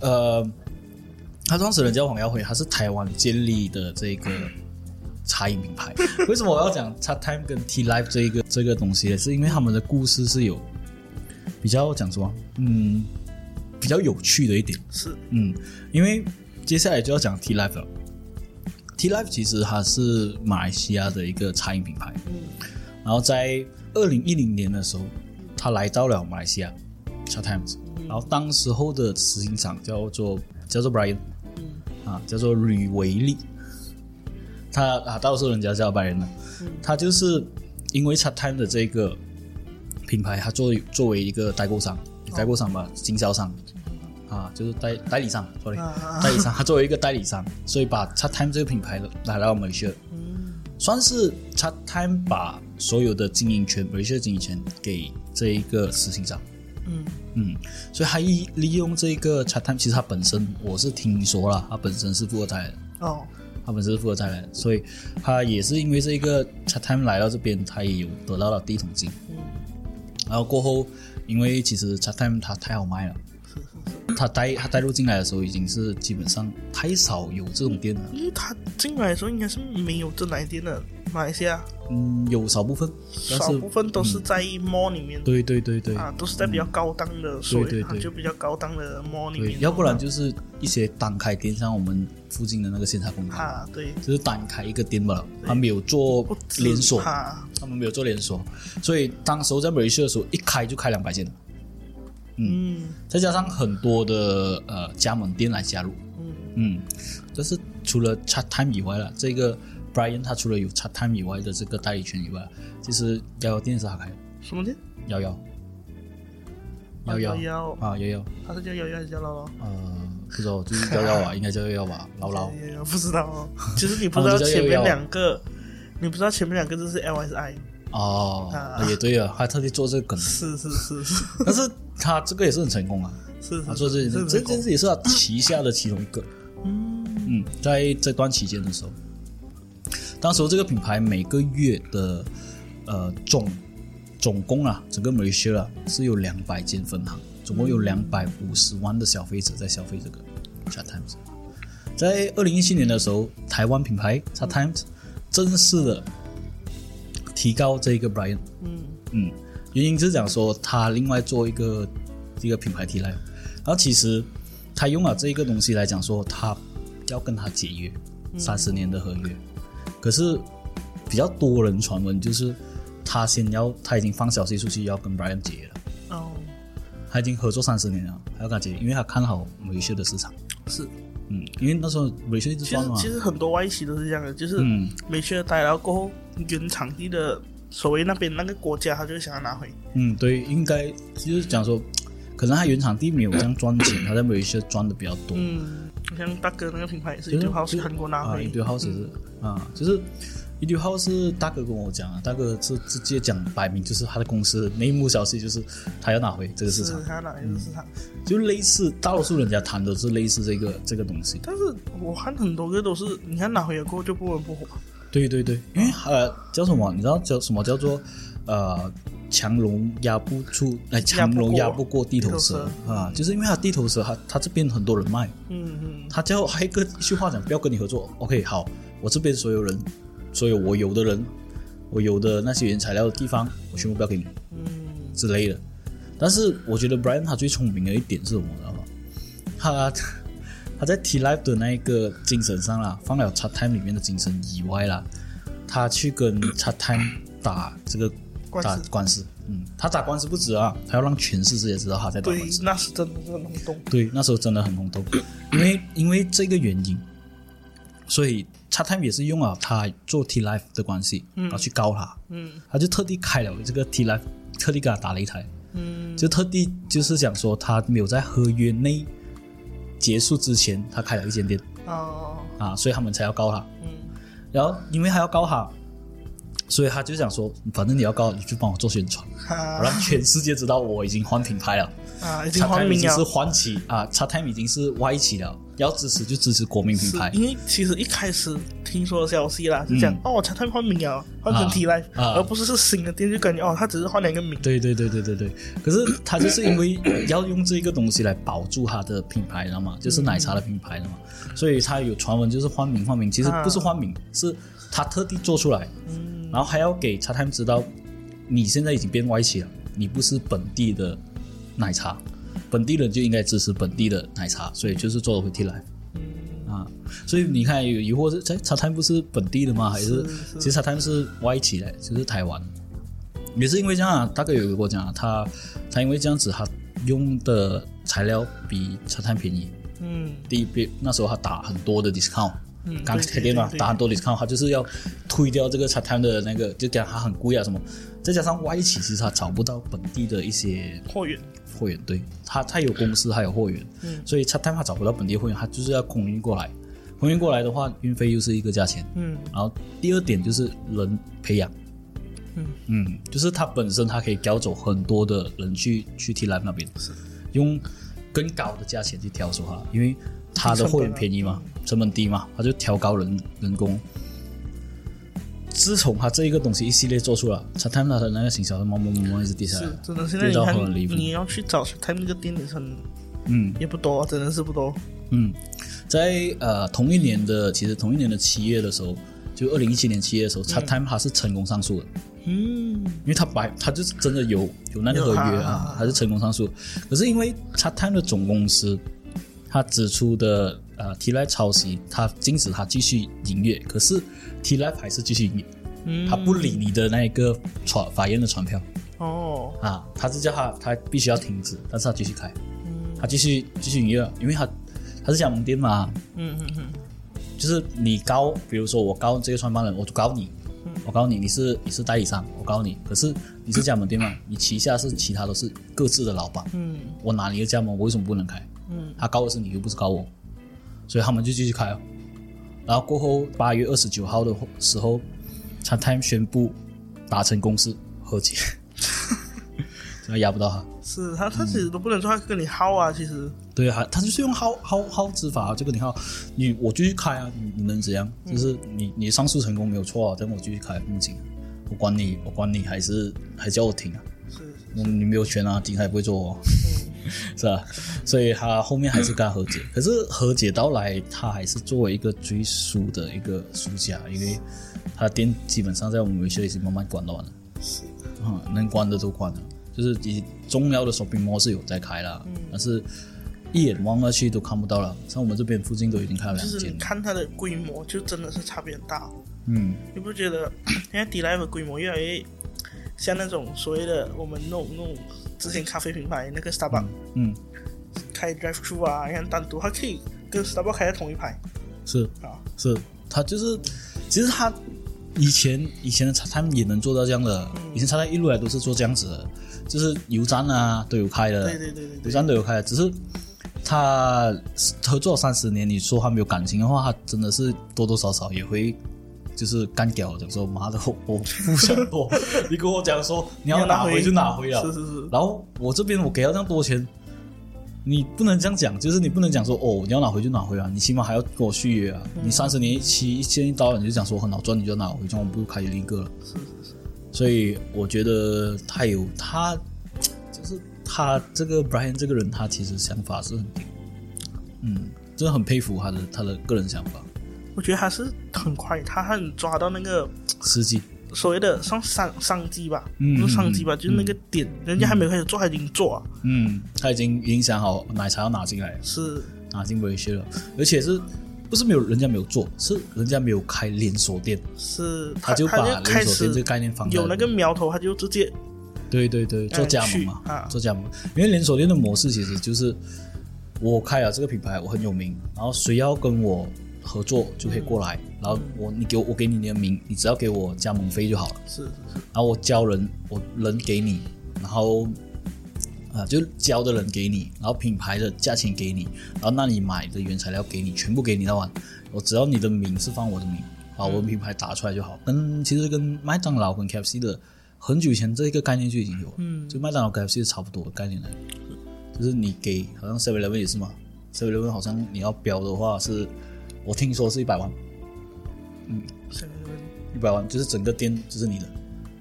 [SPEAKER 2] 呃，他创始人叫黄耀辉，他是台湾建立的这个茶饮品
[SPEAKER 1] <laughs>
[SPEAKER 2] 牌。为什么我要讲 Chat Time 跟 Tea Life 这一个这个东西呢？是因为他们的故事是有比较讲什么，嗯，比较有趣的一点。
[SPEAKER 1] 是
[SPEAKER 2] 嗯，因为接下来就要讲 T Life 了。T Life 其实它是马来西亚的一个餐饮品牌，
[SPEAKER 1] 嗯
[SPEAKER 2] 然后在二零一零年的时候，它来到了马来西亚 c h a t Times，然后当时候的执行长叫做叫做 Brian，啊，叫做吕维利，他啊，到时候人家叫 Brian 了，他就是因为 c h a t Time 的这个品牌，他作为作为一个代购商，代购商吧，经销商，啊，就是代代理商，sorry，
[SPEAKER 1] 啊啊啊
[SPEAKER 2] 代理商，他作为一个代理商，所以把 Chat Time 这个品牌来到马来西亚，
[SPEAKER 1] 嗯
[SPEAKER 2] 算是 Chat Time 把所有的经营权，马来西亚经营权给这一个执行长，
[SPEAKER 1] 嗯
[SPEAKER 2] 嗯，所以他利利用这个 Chat Time，其实他本身我是听说了，他本身是富二代的，
[SPEAKER 1] 哦
[SPEAKER 2] 他本身是富二代来的，所以他也是因为这个 Chat Time 来到这边，他也有得到了第一桶金。
[SPEAKER 1] 嗯
[SPEAKER 2] 然后过后，因为其实 Chat Time 它太好卖了，他带他带入进来的时候，已经是基本上太少有这种店了。
[SPEAKER 1] 因为嗯他进来的时候应该是没有这奶店的，马来西亚
[SPEAKER 2] 嗯，有少部分，但
[SPEAKER 1] 少
[SPEAKER 2] 是嗯
[SPEAKER 1] 部分都是在 mall 里面、
[SPEAKER 2] 对对对对、
[SPEAKER 1] 啊，都是在比较高档的，所
[SPEAKER 2] 对
[SPEAKER 1] 以
[SPEAKER 2] 对
[SPEAKER 1] 它
[SPEAKER 2] 对
[SPEAKER 1] 就比较高档的 mall 里
[SPEAKER 2] 对，
[SPEAKER 1] 面。
[SPEAKER 2] 要不然就是一些单开店，像我们附近的那个线下工厂，
[SPEAKER 1] 啊，对，
[SPEAKER 2] 就是单开一个店罢了，他没有做
[SPEAKER 1] 不止
[SPEAKER 2] 连锁，
[SPEAKER 1] 啊，
[SPEAKER 2] 他们没有做连锁，所以当时候在美西的时候，一开就开两百间了，
[SPEAKER 1] 嗯
[SPEAKER 2] 再加上很多的呃加盟店来加入，
[SPEAKER 1] 嗯
[SPEAKER 2] 嗯，但是除了 Chat Time 以外了，这个 Brian 他除了有 Chat Time 以外的这个代理权以外，其实幺幺店是他开的，
[SPEAKER 1] 什么店？
[SPEAKER 2] 幺幺幺幺
[SPEAKER 1] 幺
[SPEAKER 2] 啊幺幺，
[SPEAKER 1] 他是叫幺幺还是叫唠唠？
[SPEAKER 2] 呃，不知道就是幺幺吧，应该叫幺幺吧，牢牢。
[SPEAKER 1] 幺幺不知道
[SPEAKER 2] <laughs>
[SPEAKER 1] 哦。其实你不知道前面两个，你不知道前面两个字是 L 还是 I？
[SPEAKER 2] 哦，
[SPEAKER 1] 啊
[SPEAKER 2] 也对啊，还特地做这个
[SPEAKER 1] <laughs>
[SPEAKER 2] 梗，
[SPEAKER 1] 是是是是
[SPEAKER 2] 但是他这个也是很成功啊，
[SPEAKER 1] 是
[SPEAKER 2] 他
[SPEAKER 1] 是，
[SPEAKER 2] 做这
[SPEAKER 1] 是
[SPEAKER 2] 这
[SPEAKER 1] 是
[SPEAKER 2] 这这也是他旗下的其中一个。
[SPEAKER 1] 嗯
[SPEAKER 2] 嗯，在这段期间的时候，当时候这个品牌每个月的呃总总共啊，整个 Malaysia 啊是有两百间分行，总共有两百五十万的消费者在消费这个 Chat Times。在二零一七年的时候，台湾品牌 Chat Times 正式的提高这个 Brian，
[SPEAKER 1] 嗯
[SPEAKER 2] 嗯，原因就是讲说他另外做一个一个品牌提来，然后其实他用了这一个东西来讲说他要跟他解约
[SPEAKER 1] 嗯
[SPEAKER 2] 三十年的合约，可是比较多人传闻就是他先要他已经放消息出去要跟 Brian 解约了，
[SPEAKER 1] 哦
[SPEAKER 2] 他已经合作三十年了，还要跟他解约，因为他看好美秀的市场，
[SPEAKER 1] 是。
[SPEAKER 2] 嗯，因为那时候美秀一直
[SPEAKER 1] 其
[SPEAKER 2] 赚
[SPEAKER 1] 实
[SPEAKER 2] 嘛
[SPEAKER 1] 其，实很多外企都是这样的，就是
[SPEAKER 2] 啊嗯
[SPEAKER 1] 没去了待，然后过后原场地的所谓那边那个国家，他就会想要拿回。
[SPEAKER 2] 嗯，对，应该就是讲说，可能他原产地没有这样赚钱，他在美秀赚的比较多，
[SPEAKER 1] 嗯，像大哥那个品牌也是
[SPEAKER 2] 就是
[SPEAKER 1] Etude House 韩国拿
[SPEAKER 2] 啊
[SPEAKER 1] 回。嗯
[SPEAKER 2] ，Etude House 是、啊，就是 Etude House 是大哥跟我讲啊，大哥是直接讲摆明就是他的公司内幕消息，就是他要拿回这个市
[SPEAKER 1] 是
[SPEAKER 2] 场，嗯
[SPEAKER 1] 他哪一个市场？
[SPEAKER 2] 就类似大多数人家谈的是类似这个这个东西。
[SPEAKER 1] 但是我看很多个都是，你看拿回了过后就不温不火。
[SPEAKER 2] 对对对，因为呃叫什么？你知道叫什么叫做呃强龙压不出，哎强龙压
[SPEAKER 1] 压
[SPEAKER 2] 不
[SPEAKER 1] 不
[SPEAKER 2] 过地头
[SPEAKER 1] 地
[SPEAKER 2] 蛇
[SPEAKER 1] 头蛇
[SPEAKER 2] 啊，就是因为他地头蛇，他他这边很多人脉，
[SPEAKER 1] 嗯嗯，
[SPEAKER 2] 他叫还有一个一句话讲，不要跟你合作。OK，好，我这边所有人，所有我有的人，我有的那些原材料的地方，我全部不要给你
[SPEAKER 1] 嗯
[SPEAKER 2] 之类的。但是我觉得 Brian 他最聪明的一点是什么，你知道吗？他他在 T Life 的那一个精神上啦，放了 Chat Time 里面的精神以外啦，他去跟 Chat Time 打这个
[SPEAKER 1] 官司
[SPEAKER 2] 打官司，嗯，他打官司不止啊，他要让全世界知道他在打
[SPEAKER 1] 对
[SPEAKER 2] 官司，。
[SPEAKER 1] 那是真的是很懂。
[SPEAKER 2] 对，那时候真的很轰动，因为因为这个原因，所以 Chat Time 也是用了他做 T Life 的关系，然后去告他，
[SPEAKER 1] 嗯
[SPEAKER 2] 他就特地开了这个 T Life，特地给他打了一台，
[SPEAKER 1] 嗯，
[SPEAKER 2] 就特地就是想说他没有在合约内结束之前，他开了一间店
[SPEAKER 1] 哦，
[SPEAKER 2] 啊，所以他们才要告他。
[SPEAKER 1] 嗯
[SPEAKER 2] 然后因为他要告他，所以他就想说，反正你要告，你去帮我做宣传，我
[SPEAKER 1] 哈
[SPEAKER 2] 让全世界知道我已经换品牌了。
[SPEAKER 1] 啊啊，已经
[SPEAKER 2] 茶
[SPEAKER 1] 换
[SPEAKER 2] time 已
[SPEAKER 1] 名
[SPEAKER 2] 经是
[SPEAKER 1] 了。
[SPEAKER 2] 欢企啊，茶 time 已经是外企了，要支持就支持国民品
[SPEAKER 1] 是
[SPEAKER 2] 牌
[SPEAKER 1] 因为其实一开始听说的消息啦，是讲、
[SPEAKER 2] 嗯
[SPEAKER 1] 哦，他他换名了，换成
[SPEAKER 2] 啊
[SPEAKER 1] T Life，、
[SPEAKER 2] 啊
[SPEAKER 1] 而不是是新的店，就感觉哦，他只是换了一个名。
[SPEAKER 2] 对对对对对对，可是他就是因为要用这个东西来保住他的品牌，知道
[SPEAKER 1] 嗯
[SPEAKER 2] 吗？就是奶茶的品牌了嘛，所以他有传闻就是换名换名，其实不是换名，是他特地做出来，
[SPEAKER 1] 嗯
[SPEAKER 2] 然后还要给茶 time 知道，你现在已经变外企了，你不是本地的奶茶，本地人就应该支持本地的奶茶，所以就是做了回 T Life。
[SPEAKER 1] 嗯
[SPEAKER 2] 啊，所以你看有疑惑是，哎，茶摊不是本地的吗？还是
[SPEAKER 1] 是是
[SPEAKER 2] 其实茶摊是外企的，就是台湾。也是因为这样啊，大概有一个国家、啊，他他因为这样子，他用的材料比茶摊便宜。
[SPEAKER 1] 嗯
[SPEAKER 2] 第一，别那时候他打很多的 discount，
[SPEAKER 1] 嗯，
[SPEAKER 2] 刚
[SPEAKER 1] 对
[SPEAKER 2] 开店嘛，打很。多 discount，他就是要推掉这个茶摊的那个，就讲它很贵啊什么。再加上外企，其实他找不到本地的一些
[SPEAKER 1] 对对货源，
[SPEAKER 2] 货源，对他他有公司，还有货源，
[SPEAKER 1] 嗯
[SPEAKER 2] 所以他但他找不到本地货源，他就是要空运过来，空运过来的话，运费又是一个价钱。
[SPEAKER 1] 嗯
[SPEAKER 2] 然后第二点就是人培养，
[SPEAKER 1] 嗯
[SPEAKER 2] 嗯，就是他本身他可以挑走很多的人去去 T Live 那边，用更高的价钱去挑走他，因为他的货源便宜嘛，成本低嘛，他就调高人人工。自从他这一个东西一系列做出了，他他们的那个行销慢慢慢慢一直跌下来
[SPEAKER 1] 是
[SPEAKER 2] 了，
[SPEAKER 1] 真的。现在
[SPEAKER 2] 味道
[SPEAKER 1] 你
[SPEAKER 2] 很
[SPEAKER 1] 看，
[SPEAKER 2] 离谱
[SPEAKER 1] 你要去找他那个店也是很
[SPEAKER 2] 嗯，
[SPEAKER 1] 也不多，真的是不多。
[SPEAKER 2] 嗯，在呃同一年的，其实同一年的七月的时候，就二零一七年七月的时候、c h a t Time 它是成功上诉的，
[SPEAKER 1] 嗯
[SPEAKER 2] 因为它白它就是真的有有那个合
[SPEAKER 1] 有它
[SPEAKER 2] 约啊，它是成功上诉。可是因为 Chat Time 的总公司，它指出的呃 T Live 抄袭，它禁止它继续营业，可是 T Live 还是继续营业，
[SPEAKER 1] 嗯，
[SPEAKER 2] 它不理你的那一个传法院的传票
[SPEAKER 1] 哦，
[SPEAKER 2] 啊，它是叫它它必须要停止，但是它继续开，
[SPEAKER 1] 嗯
[SPEAKER 2] 它继续继续营业，啊因为它它是加盟店嘛，
[SPEAKER 1] 嗯嗯嗯
[SPEAKER 2] 就是你告，比如说我告这个创办人，我告你，
[SPEAKER 1] 嗯
[SPEAKER 2] 我告诉你，你是你是代理商，我告诉你，可是你是加盟店嘛，你旗下是其他都是各自的老板，
[SPEAKER 1] 嗯
[SPEAKER 2] 我拿你的加盟，我为什么不能开？
[SPEAKER 1] 嗯
[SPEAKER 2] 他告的是你，又不是告我，所以他们就继续开哦。然后过后八月二十九号的时候，Time Time 宣布达成共识和解， <laughs> 这压不到他。
[SPEAKER 1] 是他他其实都不能说他跟你耗啊，其实
[SPEAKER 2] 对啊，他就是用耗耗耗资法，这个你耗，你我继续开啊，你你能怎样？就是你你上诉成功没有错啊，但我继续开不行啊，我管你我管你还是还叫我停啊，
[SPEAKER 1] 是
[SPEAKER 2] 我你没有权啊，警察也不会做哦， <laughs> 是吧？所以他后面还是跟他和解，可是和解到来，他还是作为一个最输的一个输家，因为他店基本上在我们维修已经慢慢关乱了，
[SPEAKER 1] 是
[SPEAKER 2] 啊、能关的都关了，就是你重要的 shopping mall 是有在开啦，
[SPEAKER 1] 嗯
[SPEAKER 2] 但是一眼望过去都看不到了，像我们这边附近都已经开了
[SPEAKER 1] 就
[SPEAKER 2] 两
[SPEAKER 1] 是
[SPEAKER 2] 间
[SPEAKER 1] 你
[SPEAKER 2] 了，
[SPEAKER 1] 看它的规模就真的是差别很大。
[SPEAKER 2] 嗯，
[SPEAKER 1] 你不觉得现在 D Live 的规模越来越像那种所谓的我们那种那种之前咖啡品牌那个 Starbucks、
[SPEAKER 2] 嗯，
[SPEAKER 1] 开 Drive Thru 啊，你看单独它可以跟 Starbucks 开在同一排
[SPEAKER 2] 是
[SPEAKER 1] 啊，
[SPEAKER 2] 是，他就是，其实他以前以前的茶他们也能做到这样的，
[SPEAKER 1] 嗯
[SPEAKER 2] 以前茶摊一路来都是做这样子的，就是油站啊都有开的，
[SPEAKER 1] 对对对对
[SPEAKER 2] 油
[SPEAKER 1] 对，
[SPEAKER 2] 站都有开的，只是他合作三十年，你说他没有感情的话，他真的是多多少少也会。就是干掉，讲说妈的，我我不想多，你跟我讲说你要拿回就拿回了，
[SPEAKER 1] 是是是，
[SPEAKER 2] 然后我这边我给到这样多钱，你不能这样讲，就是你不能讲说哦，你要拿回就拿回啊，你起码还要跟我续约啊。你三十年一期一千一刀，你就讲说很好赚，你就拿回，这样我不开另一个了。
[SPEAKER 1] 是是是，
[SPEAKER 2] 所以我觉得他有他，就是他这个 Brian 这个人，他其实想法是很顶，嗯，真的很佩服他的他的个人想法。
[SPEAKER 1] 我觉得还是很快，他很抓到那个
[SPEAKER 2] 实际，
[SPEAKER 1] 所谓的上商商机吧，
[SPEAKER 2] 嗯
[SPEAKER 1] 不是商机吧，就是那个点，人家还没有开始做，他已经做啊，
[SPEAKER 2] 嗯，他已经影响好奶茶要拿进来了。
[SPEAKER 1] 是
[SPEAKER 2] 拿进维修了，而且是不是没有人家没有做，是人家没有开连锁店，
[SPEAKER 1] 是，
[SPEAKER 2] 他就
[SPEAKER 1] 他
[SPEAKER 2] 把
[SPEAKER 1] 就
[SPEAKER 2] 连
[SPEAKER 1] 开
[SPEAKER 2] 锁店这个
[SPEAKER 1] 始
[SPEAKER 2] 概念放在
[SPEAKER 1] 有那个苗头，他就直接
[SPEAKER 2] 对对对做加盟嘛
[SPEAKER 1] 去，啊
[SPEAKER 2] 做加盟，因为连锁店的模式其实就是我开了这个品牌，我很有名，然后谁要跟我合作就可以过来，然后我你给我我给你你的名，你只要给我加盟费就好了，
[SPEAKER 1] 是是是
[SPEAKER 2] 然后我教人我人给你，然后。啊，就教的人给你，然后品牌的价钱给你，然后那你买的原材料给你，全部给你到完。我只要你的名是放我的名，把我的品牌打出来就好。跟其实跟麦当劳跟 KFC 的很久以前这一个概念就已经有了，
[SPEAKER 1] 嗯
[SPEAKER 2] 就麦当劳 KFC 是差不多的概念来的，就是你给好像 Seven Eleven 也是嘛，Seven Eleven 好像你要标的话是，我听说是一百万，
[SPEAKER 1] 是
[SPEAKER 2] 一百万就是整个店就是你的，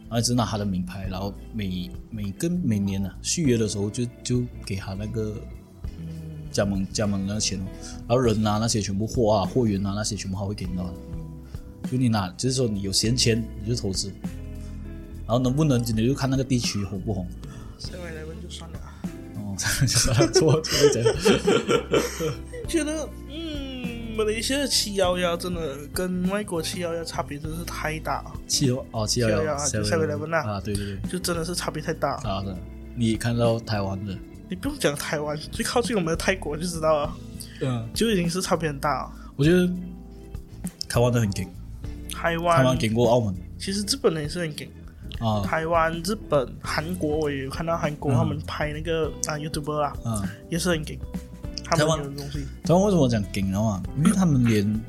[SPEAKER 2] 然后只拿他的名牌，然后每每跟每年呢、啊、续约的时候就就给他那个加盟加盟那个钱哦，然后人啊那些全部货啊货源啊那些全部他会给你的，就你拿就是说你有闲钱你就投资，然后能不能你就看那个地区红不红，
[SPEAKER 1] Seven Eleven 就算了啊。
[SPEAKER 2] 哦， <laughs> 就是他做就是这样，
[SPEAKER 1] 觉得，嗯，马来西亚的七幺幺真的跟外国七幺幺差别真是太大了，
[SPEAKER 2] 七幺哦七幺幺
[SPEAKER 1] 711就711啊
[SPEAKER 2] 啊对对对
[SPEAKER 1] 就真的是差别太大了。
[SPEAKER 2] 啊的，你看到台湾的，
[SPEAKER 1] 你不用讲台湾，最靠近我们的泰国就知道了，
[SPEAKER 2] 嗯，
[SPEAKER 1] 就已经是差别很大了。
[SPEAKER 2] 我觉得台湾的很劲。
[SPEAKER 1] 台
[SPEAKER 2] 台湾
[SPEAKER 1] 湾
[SPEAKER 2] 赢过澳门
[SPEAKER 1] 其实日本人也是很给，
[SPEAKER 2] 啊嗯
[SPEAKER 1] 台湾、日本、韩国我也有看到韩国他们拍那个啊 YouTube 啊，
[SPEAKER 2] 啊！
[SPEAKER 1] 也是很给，他
[SPEAKER 2] 台
[SPEAKER 1] 们
[SPEAKER 2] 湾
[SPEAKER 1] 有的东西 <laughs>
[SPEAKER 2] 台湾为什么讲赢了嘛？因为他们连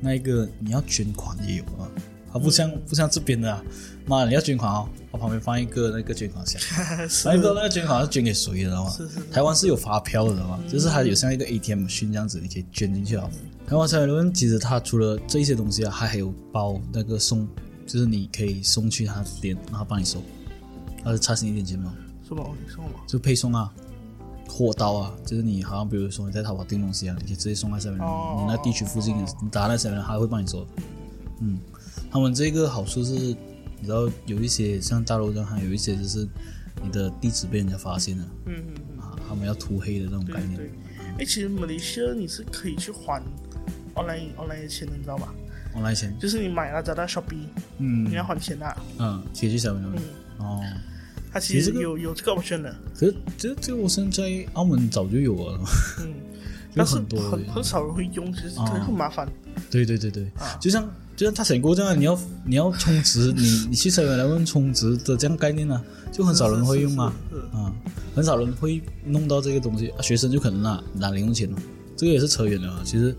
[SPEAKER 2] 那个你要捐款也有啊，它不
[SPEAKER 1] 嗯
[SPEAKER 2] 像不像这边的啊，妈你要捐款哦，它旁边放一个那个捐款箱，
[SPEAKER 1] 是
[SPEAKER 2] 然后你知道那个捐款是捐给谁的嘛？
[SPEAKER 1] 是是是
[SPEAKER 2] 台湾是有发票的嘛，就是它有像一个 ATM 训这样子，你可以捐进去啊。台湾三百论其实它除了这一些东西啊，它还有包那个送，就是你可以送去他的店，让他帮你收，他差省一点钱嘛。
[SPEAKER 1] 什么？你说什么？
[SPEAKER 2] 就配送啊，货到啊，就是你好像比如说你在淘宝订东西啊，你可以直接送到下面，
[SPEAKER 1] 哦
[SPEAKER 2] 你那地区附近的，你打那下面，他会帮你收。嗯，他们这个好处是，你知道有一些像大陆这样，还有一些就是你的地址被人家发现了
[SPEAKER 1] 嗯嗯嗯，
[SPEAKER 2] 啊，他们要涂黑的那种概
[SPEAKER 1] 对
[SPEAKER 2] 念。
[SPEAKER 1] 对。哎，其实马来西亚你是可以去还 online online 的钱的，你知道吧？
[SPEAKER 2] 我来钱，
[SPEAKER 1] 就是你买了找到 Shopee，
[SPEAKER 2] 嗯
[SPEAKER 1] 你要还钱的、啊。
[SPEAKER 2] 嗯，可以去下面
[SPEAKER 1] 嗯，
[SPEAKER 2] 哦。
[SPEAKER 1] 它其
[SPEAKER 2] 其实
[SPEAKER 1] 实
[SPEAKER 2] 这个
[SPEAKER 1] 有有这个 option 的，
[SPEAKER 2] 可是这这个我现在澳门早就有了，
[SPEAKER 1] 嗯，
[SPEAKER 2] 有
[SPEAKER 1] 但是
[SPEAKER 2] 很多
[SPEAKER 1] 很很少人会用，其实
[SPEAKER 2] 哦
[SPEAKER 1] 很很麻烦。
[SPEAKER 2] 对对对对，
[SPEAKER 1] 啊
[SPEAKER 2] 就像就像他选锅这样，你要你要充值，你你去 s e v 来问充值的这样概念呢、啊就很少人会用啊
[SPEAKER 1] 是是是
[SPEAKER 2] 啊，很少人会弄到这个东西，啊、学生就可能拿拿零用钱了，这个也是扯远了啊。其实，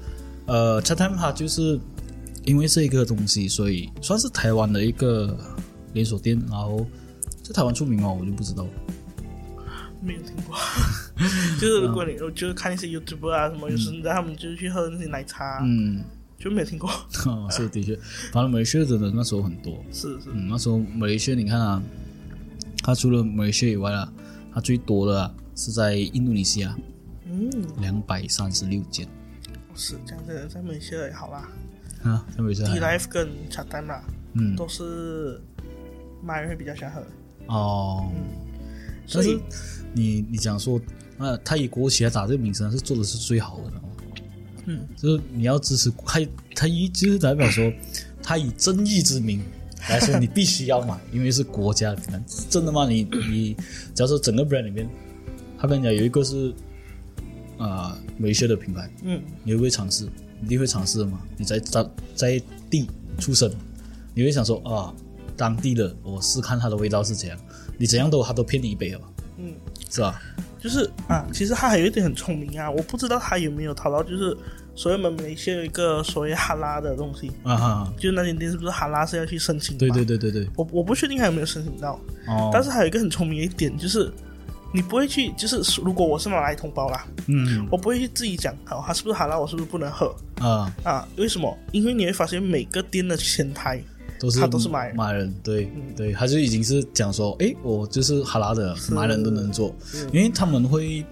[SPEAKER 2] 呃 c h a t a m 它就是因为这个东西，所以算是台湾的一个连锁店，然后在台湾出名吗？哦我就不知道。
[SPEAKER 1] 没有听过。 <laughs> 就是如果你我就是看一些 YouTube 啊什么，有时候他们就是去喝那些奶茶，
[SPEAKER 2] 嗯，
[SPEAKER 1] 就没有听过。
[SPEAKER 2] <laughs>
[SPEAKER 1] <laughs>
[SPEAKER 2] 哦，是的确，反正美学真的那时候很多，
[SPEAKER 1] 是是，
[SPEAKER 2] 嗯，那时候马来西亚，你看啊，它除了马来西亚以外啊，它最多的啊、是在印度尼西亚，
[SPEAKER 1] 嗯，
[SPEAKER 2] 两百三十六间
[SPEAKER 1] 是这样的，在美西亚也好啦
[SPEAKER 2] 啊，在马来西亚
[SPEAKER 1] d
[SPEAKER 2] 还好。
[SPEAKER 1] Life 跟 c h a t a m a
[SPEAKER 2] 嗯，
[SPEAKER 1] 都是马来人会比较喜欢喝，
[SPEAKER 2] 哦，
[SPEAKER 1] 所
[SPEAKER 2] 但
[SPEAKER 1] 以
[SPEAKER 2] 是你你讲说，那他以国旗来打这个名声是做的是最好的，哦
[SPEAKER 1] 嗯，
[SPEAKER 2] 就是你要支持他，他一就是代表说，他以正义之名来说，你必须要买，因为是国家的品牌，真的吗？你你，假如说整个 brand 里面，他跟你讲有一个是啊、呃、美学的品牌，
[SPEAKER 1] 嗯，
[SPEAKER 2] 你会不会尝试？你一定会尝试的嘛。你在在在地出生，你会想说啊，当地的我试看它的味道是怎样。你怎样都他都骗你一杯了吧，
[SPEAKER 1] 嗯，
[SPEAKER 2] 是吧？
[SPEAKER 1] 就是
[SPEAKER 2] 嗯
[SPEAKER 1] 啊，其实他还有一点很聪明啊，我不知道他有没有淘到，就是所谓我们马来西亚有一个所谓哈拉的东西，
[SPEAKER 2] 啊哈，
[SPEAKER 1] 就是那间店是不是哈拉是要去申请？
[SPEAKER 2] 对对，对对对，
[SPEAKER 1] 我我不确定还有没有申请到，
[SPEAKER 2] 哦，
[SPEAKER 1] 但是还有一个很聪明的一点就是。你不会去，就是如果我是马来同胞啦，
[SPEAKER 2] 嗯
[SPEAKER 1] 我不会去自己讲，好，他是不是哈拉，我是不是不能喝
[SPEAKER 2] 啊，
[SPEAKER 1] 啊？为什么？因为你会发现每个店的前台，
[SPEAKER 2] 都是
[SPEAKER 1] 他都是马来人
[SPEAKER 2] 马来人，对对，他就已经是讲说，诶，我就是哈拉的马来人都能做，因为他们会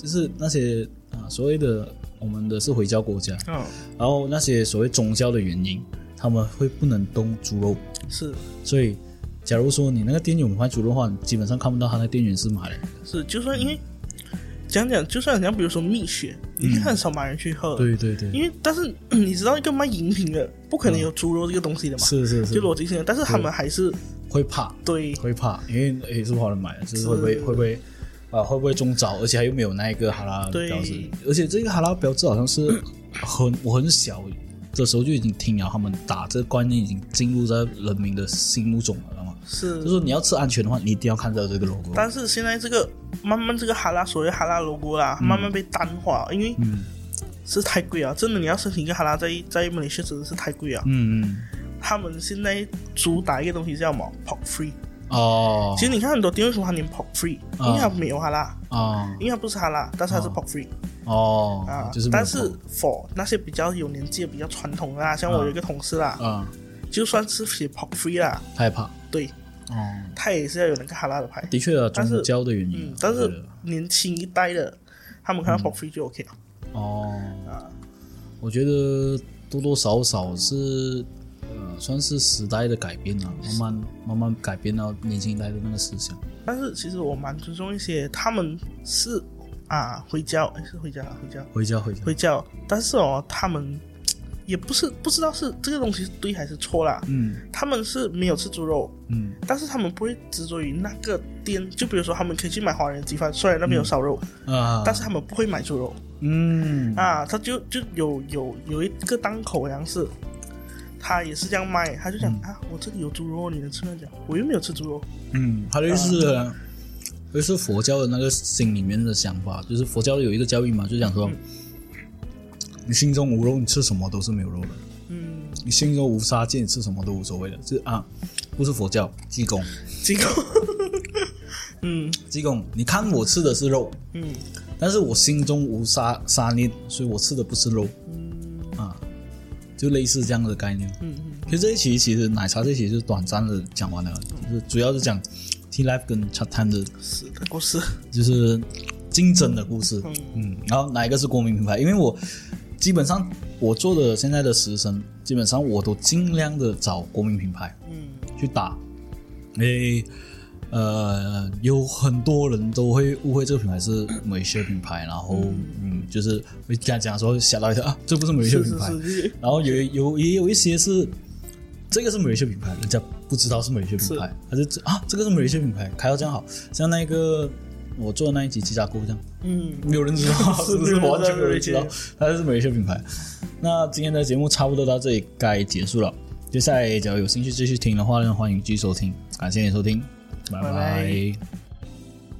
[SPEAKER 2] 就是那些啊所谓的我们的是回教国家，
[SPEAKER 1] 嗯，
[SPEAKER 2] 然后那些所谓宗教的原因，他们会不能动猪肉，
[SPEAKER 1] 是
[SPEAKER 2] 所以假如说你那个店有卖猪肉的话，你基本上看不到他那店员是马来人，
[SPEAKER 1] 是，就算因为讲讲，就算讲比如说蜜雪，你
[SPEAKER 2] 嗯
[SPEAKER 1] 看很少马来人去喝，
[SPEAKER 2] 对对对，
[SPEAKER 1] 因为但是 <clears throat> 你知道一个卖饮品的，不可能有猪肉这个东西的嘛，
[SPEAKER 2] 嗯是是，
[SPEAKER 1] 就是逻辑性的，但是他们还是
[SPEAKER 2] 会怕。
[SPEAKER 1] 对
[SPEAKER 2] 会怕，因为诶是不好人买的，就是会不会
[SPEAKER 1] 是
[SPEAKER 2] 会不会啊会不会中招，而且还又没有那一个哈拉的
[SPEAKER 1] 对
[SPEAKER 2] 标志，而且这个哈拉标志好像是很我很小的时候就已经听了，他们打这个观念已经进入在人民的心目中了，知道吗？
[SPEAKER 1] 是
[SPEAKER 2] 就，是说你要吃安全的话，你一定要看到这个 logo。
[SPEAKER 1] 嗯但是现在这个慢慢这个哈拉所谓哈拉 logo 啦，慢慢被淡化，因为
[SPEAKER 2] 嗯
[SPEAKER 1] 是太贵啊，真的你要申请一个哈拉在在马来西亚真的是太贵啊，
[SPEAKER 2] 嗯嗯，
[SPEAKER 1] 他们现在主打一个东西叫什么 pork free，
[SPEAKER 2] 哦
[SPEAKER 1] 其实你看很多店为什么他连 pork free，
[SPEAKER 2] 啊
[SPEAKER 1] 因为它没有哈拉，
[SPEAKER 2] 哦
[SPEAKER 1] 因为它不是哈拉，但是它是 pork free。啊
[SPEAKER 2] 哦，，就是没有
[SPEAKER 1] 但是 for 那些比较有年纪、比较传统的啊，像我有一个同事啦，
[SPEAKER 2] 啊
[SPEAKER 1] 就算是写 pop free 啦，
[SPEAKER 2] 害怕
[SPEAKER 1] 对
[SPEAKER 2] 哦，
[SPEAKER 1] 他也是要有那个哈拉的牌，
[SPEAKER 2] 的确啊，
[SPEAKER 1] 但是
[SPEAKER 2] 宗教的原因
[SPEAKER 1] 嗯
[SPEAKER 2] 啊，，嗯
[SPEAKER 1] 但
[SPEAKER 2] 我
[SPEAKER 1] 是
[SPEAKER 2] 觉得
[SPEAKER 1] 年轻一代的，他们看到 pop free 就 OK 啊了，
[SPEAKER 2] 哦。
[SPEAKER 1] 啊，
[SPEAKER 2] 我觉得多多少少是，呃，算是时代的改变了，慢慢慢慢改变到年轻一代的那个思想。
[SPEAKER 1] 但是其实我蛮尊重一些，他们是啊回教，诶是回教啊，回教，
[SPEAKER 2] 回家回家，
[SPEAKER 1] 回教，但是哦，他们也不是不知道是这个东西是对还是错啦，
[SPEAKER 2] 嗯
[SPEAKER 1] 他们是没有吃猪肉，
[SPEAKER 2] 嗯
[SPEAKER 1] 但是他们不会执着于那个店，就比如说他们可以去买华人鸡饭，虽然那边有烧肉，
[SPEAKER 2] 嗯啊，
[SPEAKER 1] 但是他们不会买猪肉
[SPEAKER 2] 嗯
[SPEAKER 1] 啊。他就就有有有一个档口好像是，他也是这样卖，他就讲、啊，我这里有猪肉，你能吃吗？讲我又没有吃猪肉，
[SPEAKER 2] 嗯，他
[SPEAKER 1] 啊
[SPEAKER 2] 就是。就是佛教的那个心里面的想法，就是佛教有一个教义嘛，就讲说，
[SPEAKER 1] 嗯
[SPEAKER 2] 你心中无肉，你吃什么都是没有肉的；
[SPEAKER 1] 嗯，
[SPEAKER 2] 你心中无杀戒，你吃什么都无所谓的。这啊，不是佛教，济公，
[SPEAKER 1] 结果，嗯
[SPEAKER 2] 济公，你看我吃的是肉，
[SPEAKER 1] 嗯，
[SPEAKER 2] 但是我心中无杀杀念，所以我吃的不是肉，啊，就类似这样的概念。
[SPEAKER 1] 嗯嗯，
[SPEAKER 2] 其实这一期其实奶茶这一期就是短暂的讲完了，就是主要是讲 T Life 跟 c h a t a n 的，
[SPEAKER 1] 是的，我是
[SPEAKER 2] 就是竞争的故事。嗯，然后哪一个是国民品牌？因为我基本上我做的现在的实生，基本上我都尽量的找国民品牌
[SPEAKER 1] 嗯
[SPEAKER 2] 去打，诶。呃，有很多人都会误会这个品牌是美学品牌，然后嗯，就是会跟他讲说吓到一跳啊，这不是美学
[SPEAKER 1] 是
[SPEAKER 2] 品
[SPEAKER 1] 是
[SPEAKER 2] 牌。
[SPEAKER 1] 是，
[SPEAKER 2] 然后有有也有一些是这个是美学品牌，人家不知道是美学品牌，他就知啊这个是美学品牌，开到这样好，像那个我做的那一集吉家锅这样，
[SPEAKER 1] 嗯
[SPEAKER 2] 没有人知道，
[SPEAKER 1] 是
[SPEAKER 2] <laughs> 是不是
[SPEAKER 1] 没有人知道
[SPEAKER 2] 完全没有人知道它是美学品牌。
[SPEAKER 3] 那今天的节目差不多到这里该结束了。接下来，假如有兴趣继续听的话呢，欢迎继续收听。感谢你的收听，
[SPEAKER 1] 拜
[SPEAKER 3] 拜
[SPEAKER 1] 拜
[SPEAKER 3] 拜